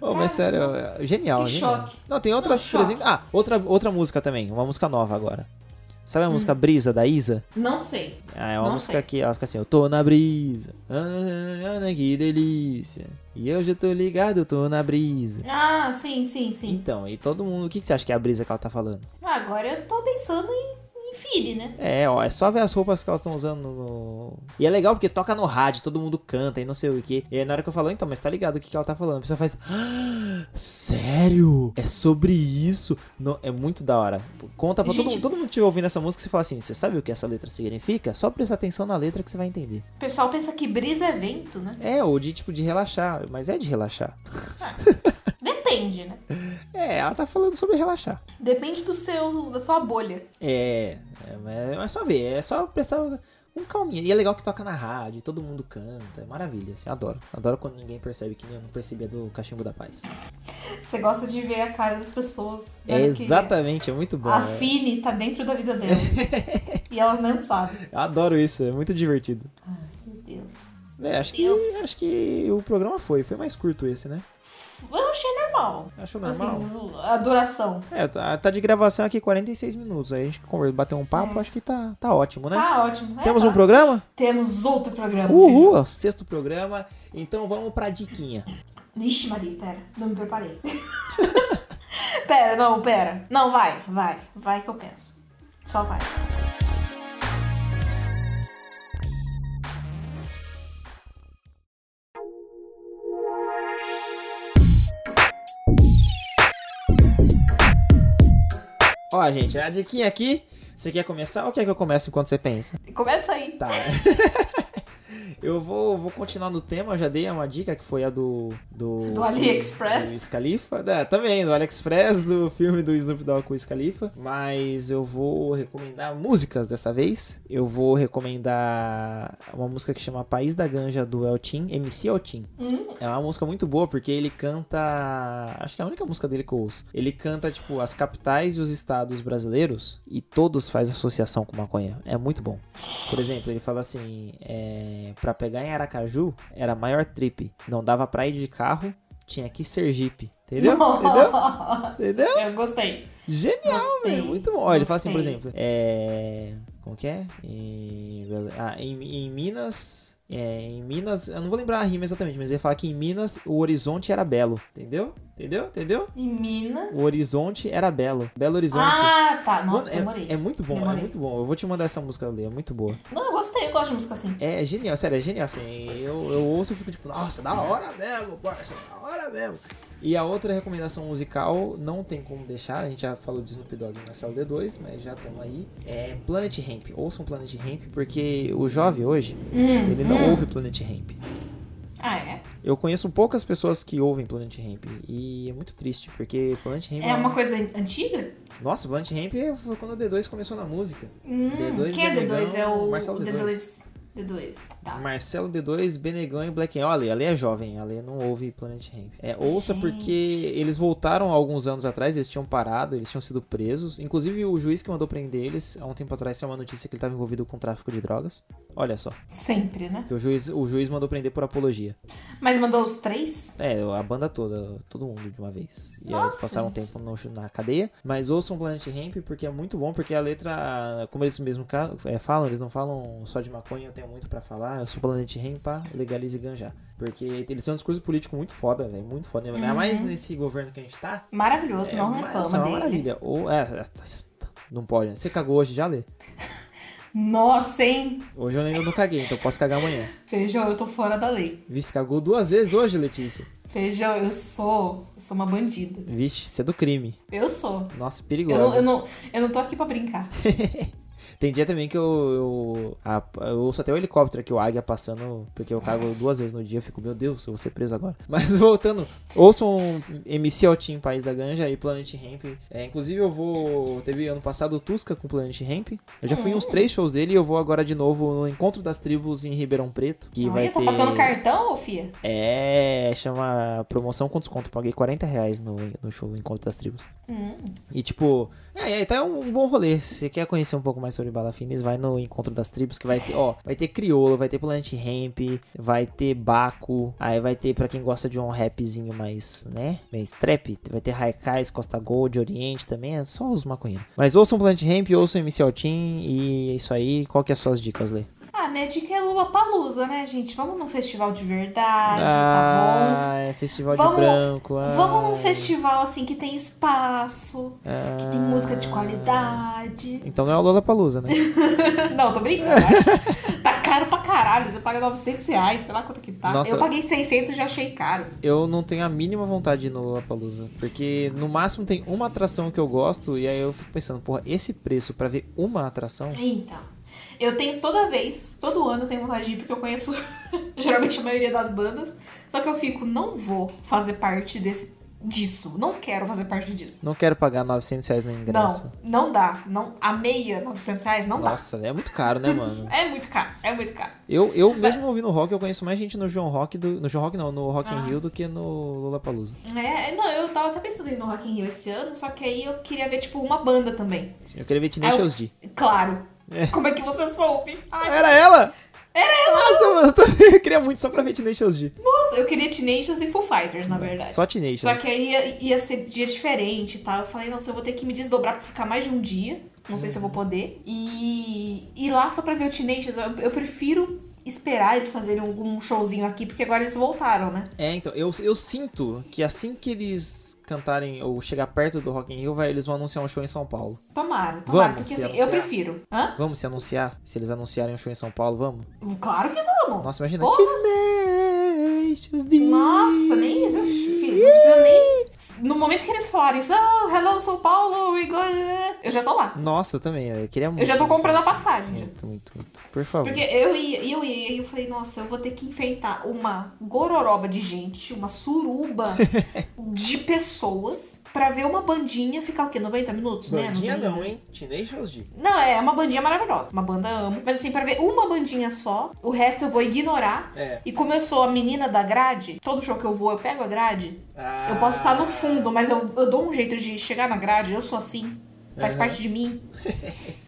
Speaker 1: oh, mas sério,
Speaker 2: Cara,
Speaker 1: é genial,
Speaker 2: que
Speaker 1: genial.
Speaker 2: choque.
Speaker 1: Não, tem outras,
Speaker 2: Não,
Speaker 1: por
Speaker 2: choque.
Speaker 1: exemplo. Ah, outra, outra música também, uma música nova agora. Sabe a música Brisa da Isa?
Speaker 2: Não sei.
Speaker 1: Ah, é uma
Speaker 2: Hum. Não
Speaker 1: música
Speaker 2: sei.
Speaker 1: que ela fica assim, eu tô na brisa. ah, Ana, ana, né, que delícia. E eu já tô ligado, eu tô na brisa.
Speaker 2: Ah, sim, sim, sim.
Speaker 1: Então, e todo mundo, o que, que você acha que é a brisa que ela tá falando?
Speaker 2: Ah, Agora eu tô pensando em, em filho, né?
Speaker 1: É, ó, é só ver as roupas que elas estão usando no... E é legal porque toca no rádio, todo mundo canta e não sei o que. E aí na hora que eu falo, então, mas tá ligado o que, que ela tá falando? A pessoa faz. "Ah, sério? É sobre isso? Não, é muito da hora. Conta pra todo
Speaker 2: Gente-
Speaker 1: mundo. Todo mundo que estiver ouvindo essa música, você fala assim: você sabe o que essa letra significa? Só presta atenção na letra que você vai entender.
Speaker 2: O pessoal pensa que brisa é vento, né?
Speaker 1: É, ou de tipo de relaxar, mas é de relaxar.
Speaker 2: Depende, né?
Speaker 1: É, ela tá falando sobre relaxar.
Speaker 2: Depende do seu, da sua bolha.
Speaker 1: É, é, é só ver, é só prestar um calminha. E é legal que toca na rádio, todo mundo canta, é maravilha, assim, adoro. Adoro quando ninguém percebe que nem eu não percebia do Cachimbo da Paz.
Speaker 2: Você gosta de ver a cara das pessoas.
Speaker 1: É
Speaker 2: vendo que
Speaker 1: exatamente, é muito bom.
Speaker 2: A
Speaker 1: é.
Speaker 2: Fini tá dentro da vida delas. e elas nem sabem.
Speaker 1: Eu adoro isso, é muito divertido.
Speaker 2: Ai, meu Deus.
Speaker 1: É, acho que,
Speaker 2: Deus.
Speaker 1: acho que o programa foi, foi mais curto esse, né?
Speaker 2: Eu achei normal.
Speaker 1: Achou normal?
Speaker 2: Assim, a duração.
Speaker 1: É, tá, tá de gravação aqui 46 minutos, aí a gente conver- bateu um papo, acho que tá, tá ótimo, né?
Speaker 2: É. Tá ótimo. É,
Speaker 1: Temos
Speaker 2: tá.
Speaker 1: um programa?
Speaker 2: Temos outro programa. Feijão.
Speaker 1: Uhul, é o sexto programa. Então vamos pra diquinha.
Speaker 2: Ixi, Maria, pera. Não me preparei. pera, não, pera. Não, vai, vai. Vai que eu penso. Só vai.
Speaker 1: Ó, gente, a diquinha aqui. Você quer começar ou quer que eu comece enquanto você pensa?
Speaker 2: Começa aí.
Speaker 1: Tá. Eu vou, vou continuar no tema, eu já dei uma dica que foi a do. Do,
Speaker 2: Do AliExpress.
Speaker 1: Do Scalifa. É, também, do AliExpress, do filme do Snoop Dogg com o Scalifa. Mas eu vou recomendar músicas dessa vez. Eu vou recomendar uma música que chama País da Ganja do Eltim, MC Eltim.
Speaker 2: Hum,
Speaker 1: É uma música muito boa porque ele canta. Acho que é a única música dele que eu ouço. Ele canta, tipo, as capitais e os estados brasileiros e todos faz associação com maconha. É muito bom. Por exemplo, ele fala assim: é, pra pegar em Aracaju era a maior trip. Não dava pra ir de carro, tinha que ser Jeep. Entendeu? Entendeu?
Speaker 2: Nossa,
Speaker 1: Entendeu?
Speaker 2: Eu gostei.
Speaker 1: Genial,
Speaker 2: Gostei.
Speaker 1: velho. Muito bom. Olha, ele fala assim, por
Speaker 2: Gostei.
Speaker 1: exemplo, é. Como que é? Em, ah, em, em Minas. é, em Minas, eu não vou lembrar a rima exatamente, mas ele fala que em Minas o horizonte era belo. Entendeu? Entendeu? Entendeu?
Speaker 2: Em Minas.
Speaker 1: O horizonte era belo. Belo horizonte.
Speaker 2: Ah, tá.
Speaker 1: Mano,
Speaker 2: Nossa,
Speaker 1: é-
Speaker 2: demorei.
Speaker 1: é, muito bom, é
Speaker 2: Demorei.
Speaker 1: muito bom. Eu vou te mandar essa música ali, é muito boa.
Speaker 2: Não, eu gostei, eu gosto de música assim.
Speaker 1: É genial, sério, é genial. Assim, eu, eu ouço e fico tipo, nossa, da hora mesmo, parça, da hora mesmo. E a outra recomendação musical, não tem como deixar, a gente já falou de Snoop Dogg na sala D2, mas já estamos aí, é Planet Hemp. Ouçam Planet Hemp, porque o jovem hoje,
Speaker 2: Hum,
Speaker 1: ele não
Speaker 2: hum.
Speaker 1: ouve Planet Hemp.
Speaker 2: Ah, é?
Speaker 1: Eu conheço poucas pessoas que ouvem Planet Hemp, e é muito triste, porque Planet Hemp...
Speaker 2: É uma coisa antiga?
Speaker 1: Nossa, Planet Hemp foi quando o D2 começou na música.
Speaker 2: Hum,
Speaker 1: D2,
Speaker 2: Quem é D2? É o
Speaker 1: Marcelo
Speaker 2: o
Speaker 1: D2.
Speaker 2: D2. D2. Tá.
Speaker 1: Marcelo D2, Benegão e Black Alien. Olha, a Lê é jovem, a Lê não ouve Planet Hemp. É, ouça
Speaker 2: Gente.
Speaker 1: porque eles voltaram há alguns anos atrás, eles tinham parado, eles tinham sido presos. Inclusive, o juiz que mandou prender eles há um tempo atrás saiu uma notícia que ele estava envolvido com tráfico de drogas. Olha só,
Speaker 2: Sempre, né?
Speaker 1: que o juiz, o juiz mandou prender por apologia.
Speaker 2: Mas mandou os três?
Speaker 1: É, a banda toda, todo mundo de uma vez. E aí eles
Speaker 2: Nossa.
Speaker 1: passaram um tempo no- na cadeia. Mas ouçam Planet Hemp porque é muito bom, porque a letra, como eles mesmo ca- é, falam, eles não falam só de maconha, eu tenho muito pra falar. Eu sou Planet Hemp, pá, legalize ganja. Porque eles têm um discurso político muito foda, velho, muito foda. Ainda mais
Speaker 2: Uhum.
Speaker 1: nesse governo que a gente tá.
Speaker 2: Maravilhoso,
Speaker 1: é
Speaker 2: não
Speaker 1: uma- nossa, é uma
Speaker 2: reclama dele.
Speaker 1: maravilha. Ou, é, é, tá- tá- não pode, né? Você cagou hoje, já lê.
Speaker 2: Nossa, hein?
Speaker 1: Hoje eu ainda não caguei, então eu posso cagar amanhã.
Speaker 2: Feijão, eu tô fora da lei.
Speaker 1: Vixe, cagou duas vezes hoje, Letícia.
Speaker 2: Feijão, eu sou. Eu sou uma bandida.
Speaker 1: Vixe, você é do crime.
Speaker 2: Eu sou.
Speaker 1: Nossa, é
Speaker 2: Eu
Speaker 1: perigoso.
Speaker 2: não, eu, não, eu não tô aqui pra brincar.
Speaker 1: Tem dia também que eu, eu, a- eu ouço até o helicóptero aqui, o águia passando, porque eu cago duas vezes no dia, eu fico, meu Deus, eu vou ser preso agora. Mas voltando, um ouçam MC Altim, País da Ganja e Planet Hemp. É, inclusive eu vou, teve ano passado o Tusca com Planet Hemp. Eu já fui em uns três shows dele e eu vou agora de novo no Encontro das Tribos em Ribeirão Preto, que vai
Speaker 2: Olha, tá
Speaker 1: ter...
Speaker 2: passando cartão, ô fia?
Speaker 1: É, chama promoção com desconto, paguei 40 reais no, no show Encontro das Tribos.
Speaker 2: Hum.
Speaker 1: E tipo, é, é, tá é um bom rolê. Se você quer conhecer um pouco mais sobre Balafines, vai no Encontro das Tribos, que vai ter, ó, vai ter Criolo, vai ter Planet Ramp, vai ter Baco, aí vai ter, pra quem gosta de um rapzinho mais, né, mais trap, vai ter Raikais, Costa Gold, Oriente também, é só os maconheiros. Mas ouçam Planet Ramp, ouçam MC Altim e é isso aí. Qual que é as suas dicas, Lê?
Speaker 2: Ah, minha dica é Lula Palusa, né, gente? Vamos num festival de verdade, tá
Speaker 1: ah, é Festival de
Speaker 2: Vamos-
Speaker 1: Branco.
Speaker 2: bom?
Speaker 1: ah,
Speaker 2: Vamos num festival assim que tem espaço, que tem
Speaker 1: ah.
Speaker 2: música de qualidade.
Speaker 1: Então não é o Lola Palusa, né?
Speaker 2: Não, tô brincando. né? tá caro pra caralho. Você paga 900 reais, sei lá quanto que tá.
Speaker 1: Nossa.
Speaker 2: Eu paguei 600 e já achei caro.
Speaker 1: Eu não tenho a mínima vontade de ir no Lollapalooza, porque no máximo tem uma atração que eu gosto e aí eu fico pensando, porra, esse preço pra ver uma atração?
Speaker 2: Então, eu tenho toda vez, todo ano eu tenho vontade de ir, porque eu conheço geralmente a maioria das bandas. Só que eu fico, não vou fazer parte desse, disso. Não quero fazer parte disso.
Speaker 1: Não quero pagar 900 reais no ingresso.
Speaker 2: Não, não dá. Não, a meia, 900 reais, não
Speaker 1: Nossa, é muito caro, né, mano?
Speaker 2: dá. É muito caro, é muito caro.
Speaker 1: Eu, eu mesmo ouvindo rock, eu conheço mais gente no João Rock do no João Rock não, no Rock in
Speaker 2: Ah.
Speaker 1: Rio do que no Lollapalooza.
Speaker 2: É, não, eu tava até pensando em ir no Rock in Rio esse ano, só que aí eu queria ver, tipo, uma banda também.
Speaker 1: Sim, eu queria ver
Speaker 2: É
Speaker 1: Tenacious D.
Speaker 2: Claro. Como é que você soube? Ai,
Speaker 1: Era ela? Era ela! Nossa, mano, eu, também- eu queria muito só pra ver Tenacious D.
Speaker 2: nossa, eu queria Tenacious e Foo Fighters, na verdade.
Speaker 1: Só Tenacious.
Speaker 2: Só que aí ia, ia ser dia diferente e tal. Eu falei, nossa, eu vou ter que me desdobrar pra ficar mais de um dia. Não sei se eu vou poder. E ir lá só pra ver o Tenacious, eu, eu prefiro esperar eles fazerem algum showzinho aqui, porque agora eles voltaram, né?
Speaker 1: É, então, eu, eu sinto que assim que eles cantarem ou chegar perto do Rock in Rio, vai, eles vão anunciar um show em São Paulo.
Speaker 2: Tomara, tomara,
Speaker 1: Vamos
Speaker 2: porque
Speaker 1: se
Speaker 2: assim, eu
Speaker 1: anunciar.
Speaker 2: prefiro. Hã?
Speaker 1: Vamos se anunciar? Se eles anunciarem um show em São Paulo, vamos?
Speaker 2: Claro que vamos.
Speaker 1: Nossa, imagina.
Speaker 2: Porra!
Speaker 1: Tenacious D.
Speaker 2: Nossa, nem. Filho, não precisa nem. No momento que eles falarem isso, oh, hello São Paulo, we go... eu já tô lá.
Speaker 1: Nossa, também, eu queria muito.
Speaker 2: Eu já tô
Speaker 1: muito,
Speaker 2: comprando a passagem. já.
Speaker 1: Muito, muito, muito. Por favor.
Speaker 2: Porque eu ia, e eu ia e eu falei, nossa, eu vou ter que enfrentar uma gororoba de gente, uma suruba de pessoas pra ver uma bandinha ficar o quê? 90 minutos? né?
Speaker 1: Bandinha
Speaker 2: menos ainda?
Speaker 1: não, hein? Teenagers D.
Speaker 2: Não, é uma bandinha maravilhosa. Uma banda amo. Mas assim, pra ver uma bandinha só, o resto eu vou ignorar.
Speaker 1: É.
Speaker 2: E começou a menina da grade. Todo show que eu vou, eu pego a grade. Eu posso estar no fundo, mas eu, eu dou um jeito de chegar na grade, eu sou assim. Faz
Speaker 1: Aham.
Speaker 2: parte de mim.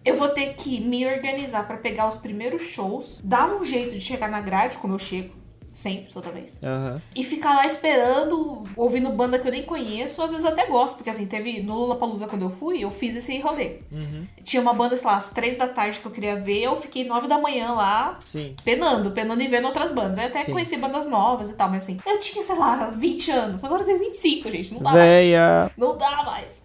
Speaker 2: Eu vou ter que me organizar pra pegar os primeiros shows, dar um jeito de chegar na grade, como eu chego, sempre, toda vez.
Speaker 1: Aham.
Speaker 2: E ficar lá esperando, ouvindo banda que eu nem conheço, às vezes eu até gosto, porque assim, teve no Lollapalooza quando eu fui, eu fiz esse rolê.
Speaker 1: Uhum.
Speaker 2: Tinha uma banda, sei lá, às três da tarde que eu queria ver, eu fiquei nove da manhã lá,
Speaker 1: Sim.
Speaker 2: penando, penando e vendo outras bandas. Eu até
Speaker 1: Sim.
Speaker 2: conheci bandas novas e tal, mas assim, eu tinha, sei lá, 20 anos, agora eu tenho 25, gente, não dá mais.
Speaker 1: Véia.
Speaker 2: Não dá mais.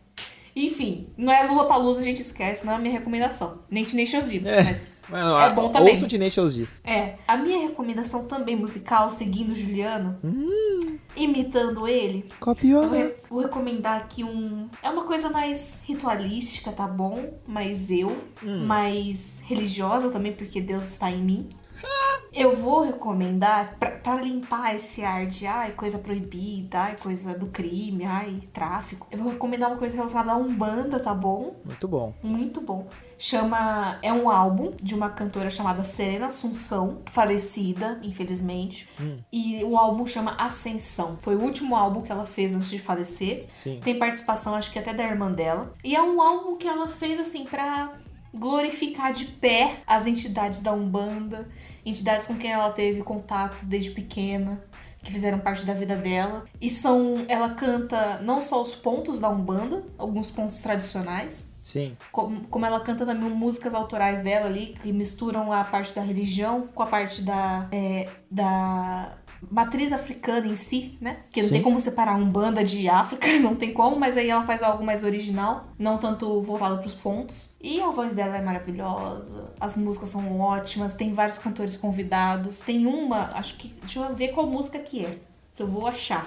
Speaker 2: Enfim, não é Lula Palusa, a gente esquece, não é a minha recomendação. Nem Tenacious D,
Speaker 1: É.
Speaker 2: mas...
Speaker 1: Mano,
Speaker 2: É
Speaker 1: a-
Speaker 2: bom também.
Speaker 1: Ouço Teenagers D.
Speaker 2: É, a minha recomendação também musical, seguindo o Juliano,
Speaker 1: Hum.
Speaker 2: imitando ele, Eu
Speaker 1: Copiou,
Speaker 2: vou,
Speaker 1: né?
Speaker 2: re- vou recomendar aqui um. É uma coisa mais ritualística, tá bom? Mais eu,
Speaker 1: Hum.
Speaker 2: Uhum. mais religiosa também, porque Deus está em mim. Eu vou recomendar pra, pra limpar esse ar de ai, coisa proibida, ai, coisa do crime, ai, tráfico. Eu vou recomendar uma coisa relacionada a Umbanda, tá bom?
Speaker 1: Hum, Muito bom.
Speaker 2: Muito bom. Chama. É um álbum de uma cantora chamada Serena Assunção, falecida, infelizmente.
Speaker 1: Hum.
Speaker 2: E o álbum chama Ascensão. Foi o último álbum que ela fez antes de falecer.
Speaker 1: Sim.
Speaker 2: Tem participação, acho que até da irmã dela. E é um álbum que ela fez assim pra glorificar de pé as entidades da Umbanda, entidades com quem ela teve contato desde pequena, que fizeram parte da vida dela. E são, ela canta não só os pontos da Umbanda, alguns pontos tradicionais,
Speaker 1: Sim.
Speaker 2: como, como ela canta também músicas autorais dela ali, que misturam a parte da religião com a parte da, é, da matriz africana em si, né? Que não
Speaker 1: Sim.
Speaker 2: tem como separar um banda de África, não tem como, mas aí ela faz algo mais original, não tanto voltada pros pontos. E a voz dela é maravilhosa, as músicas são ótimas, tem vários cantores convidados, tem uma, acho que, deixa eu ver qual música que é, se eu vou achar.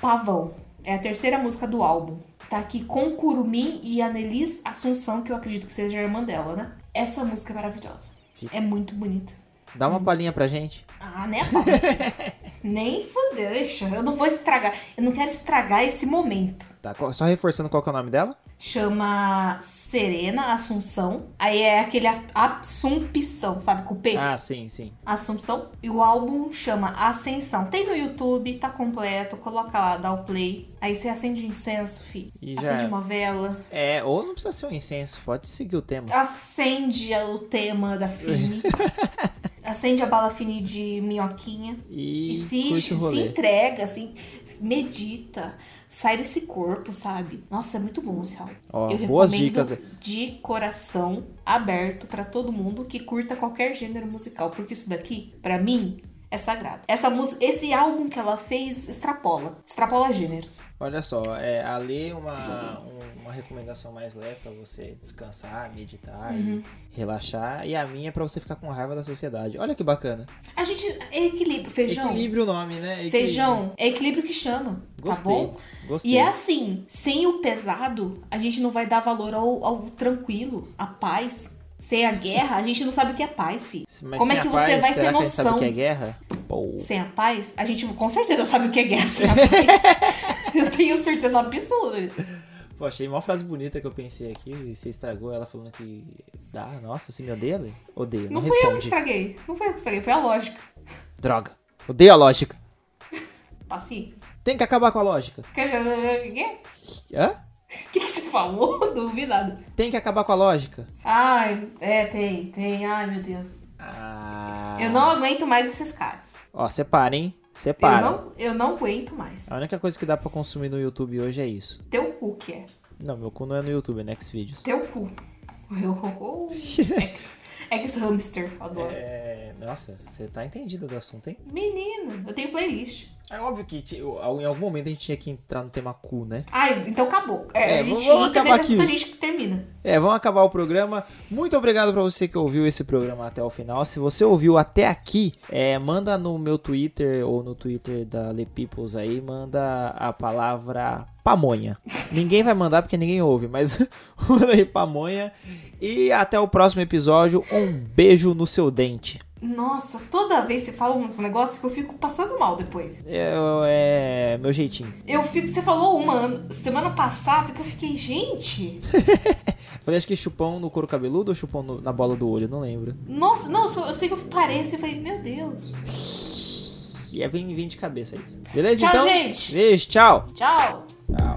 Speaker 2: Pavão. É a terceira música do álbum. Tá aqui com Curumim e Anelis Assunção, que eu acredito que seja a irmã dela, né? Essa música é maravilhosa. É muito bonita.
Speaker 1: Dá uma palhinha pra gente.
Speaker 2: Ah, né, Paulo? Nem fudeu, deixa. Eu não vou estragar. Eu não quero estragar esse momento.
Speaker 1: Tá, co- só reforçando qual que é o nome dela?
Speaker 2: Chama Serena Assunção. Aí é aquele a- Assumpção, sabe? Com o P.
Speaker 1: Ah, sim, sim.
Speaker 2: Assumpção. E o álbum chama Ascensão. Tem no YouTube, tá completo. Coloca lá, dá o play. Aí você acende o incenso, fi.
Speaker 1: E já
Speaker 2: Acende
Speaker 1: era.
Speaker 2: uma vela.
Speaker 1: É, ou não precisa ser um incenso, pode seguir o tema.
Speaker 2: Acende o tema da Fini. acende a bala Fini de minhoquinha.
Speaker 1: E,
Speaker 2: E se,
Speaker 1: curte o
Speaker 2: se
Speaker 1: rolê.
Speaker 2: entrega, assim, medita. Sai desse corpo, sabe? Nossa, é muito bom esse álbum.
Speaker 1: Ó,
Speaker 2: Eu
Speaker 1: boas
Speaker 2: recomendo
Speaker 1: dicas.
Speaker 2: de coração aberto pra todo mundo que curta qualquer gênero musical, porque isso daqui, pra mim, é sagrado. Essa música, esse álbum que ela fez extrapola, extrapola gêneros.
Speaker 1: Olha só, é, a lei uma, um- uma recomendação mais leve pra você descansar, meditar
Speaker 2: Uhum.
Speaker 1: e relaxar. E a minha é pra você ficar com raiva da sociedade. Olha que bacana.
Speaker 2: A gente é equilíbrio, feijão.
Speaker 1: Equilíbrio o nome, né? Equilíbrio.
Speaker 2: Feijão, é equilíbrio que chama, tá
Speaker 1: Gostei.
Speaker 2: bom?
Speaker 1: Gostei.
Speaker 2: E é assim, sem o pesado, a gente não vai dar valor ao, ao tranquilo, à paz. Sem a guerra, a gente não sabe o que é paz, fi.
Speaker 1: Mas
Speaker 2: como é
Speaker 1: sem a
Speaker 2: que você
Speaker 1: paz, será
Speaker 2: vai
Speaker 1: que
Speaker 2: ter
Speaker 1: a gente sabe o
Speaker 2: noção?
Speaker 1: que é guerra? Pô.
Speaker 2: Sem a paz, a gente com certeza sabe o que é guerra sem a paz. Eu tenho certeza absurda.
Speaker 1: Pô, achei uma frase bonita que eu pensei aqui e você estragou ela falando que dá, nossa, você me odeia, Lê? Odeio, não,
Speaker 2: Não, fui eu que
Speaker 1: responde.
Speaker 2: estraguei. Não foi eu que estraguei, foi a lógica.
Speaker 1: Droga. Odeio a lógica.
Speaker 2: Paciência.
Speaker 1: Tem que acabar com a lógica.
Speaker 2: O que,
Speaker 1: Hã?
Speaker 2: que você falou? Duvidado.
Speaker 1: Tem que acabar com a lógica.
Speaker 2: Ai, é, tem, tem. Ai, meu Deus.
Speaker 1: Ah.
Speaker 2: Eu não aguento mais esses caras.
Speaker 1: Ó, separa, hein?
Speaker 2: Eu
Speaker 1: Separa.
Speaker 2: não, eu não aguento mais.
Speaker 1: A única coisa que dá pra consumir no YouTube hoje é isso.
Speaker 2: Teu cu que é.
Speaker 1: Não, meu cu não é no YouTube, é Next Videos.
Speaker 2: Teu cu. Eu, oh, oh. Ex, ex-hamster, adoro.
Speaker 1: É. Nossa, você tá entendida do assunto, hein?
Speaker 2: Menino, eu tenho playlist.
Speaker 1: É óbvio que ti- em algum momento a gente tinha que entrar no tema cu, né?
Speaker 2: Ai, então acabou. É,
Speaker 1: É,
Speaker 2: a gente
Speaker 1: vamos- vamos
Speaker 2: entra,
Speaker 1: acabar
Speaker 2: mas
Speaker 1: aqui.
Speaker 2: A gente que termina.
Speaker 1: É, vamos acabar o programa. Muito obrigado pra você que ouviu esse programa até o final. Se você ouviu até aqui, é, manda no meu Twitter ou no Twitter da Le Peoples aí, manda a palavra pamonha. Ninguém vai mandar porque ninguém ouve, mas manda aí pamonha. E até o próximo episódio. Um beijo no seu dente.
Speaker 2: Nossa, toda vez você fala uns negócios que eu fico passando mal depois.
Speaker 1: Eu- é meu jeitinho.
Speaker 2: Eu fico. Você falou uma an- semana passada que eu fiquei, gente.
Speaker 1: Falei, acho que chupão no couro cabeludo ou chupão no- na bola do olho, não lembro.
Speaker 2: Nossa, não, eu, sou- eu sei que eu pareço. Eu falei, meu Deus.
Speaker 1: E é vem, vem de cabeça isso. Beleza,
Speaker 2: Tchau,
Speaker 1: então?
Speaker 2: gente.
Speaker 1: Beijo, tchau.
Speaker 2: Tchau.
Speaker 1: Tchau.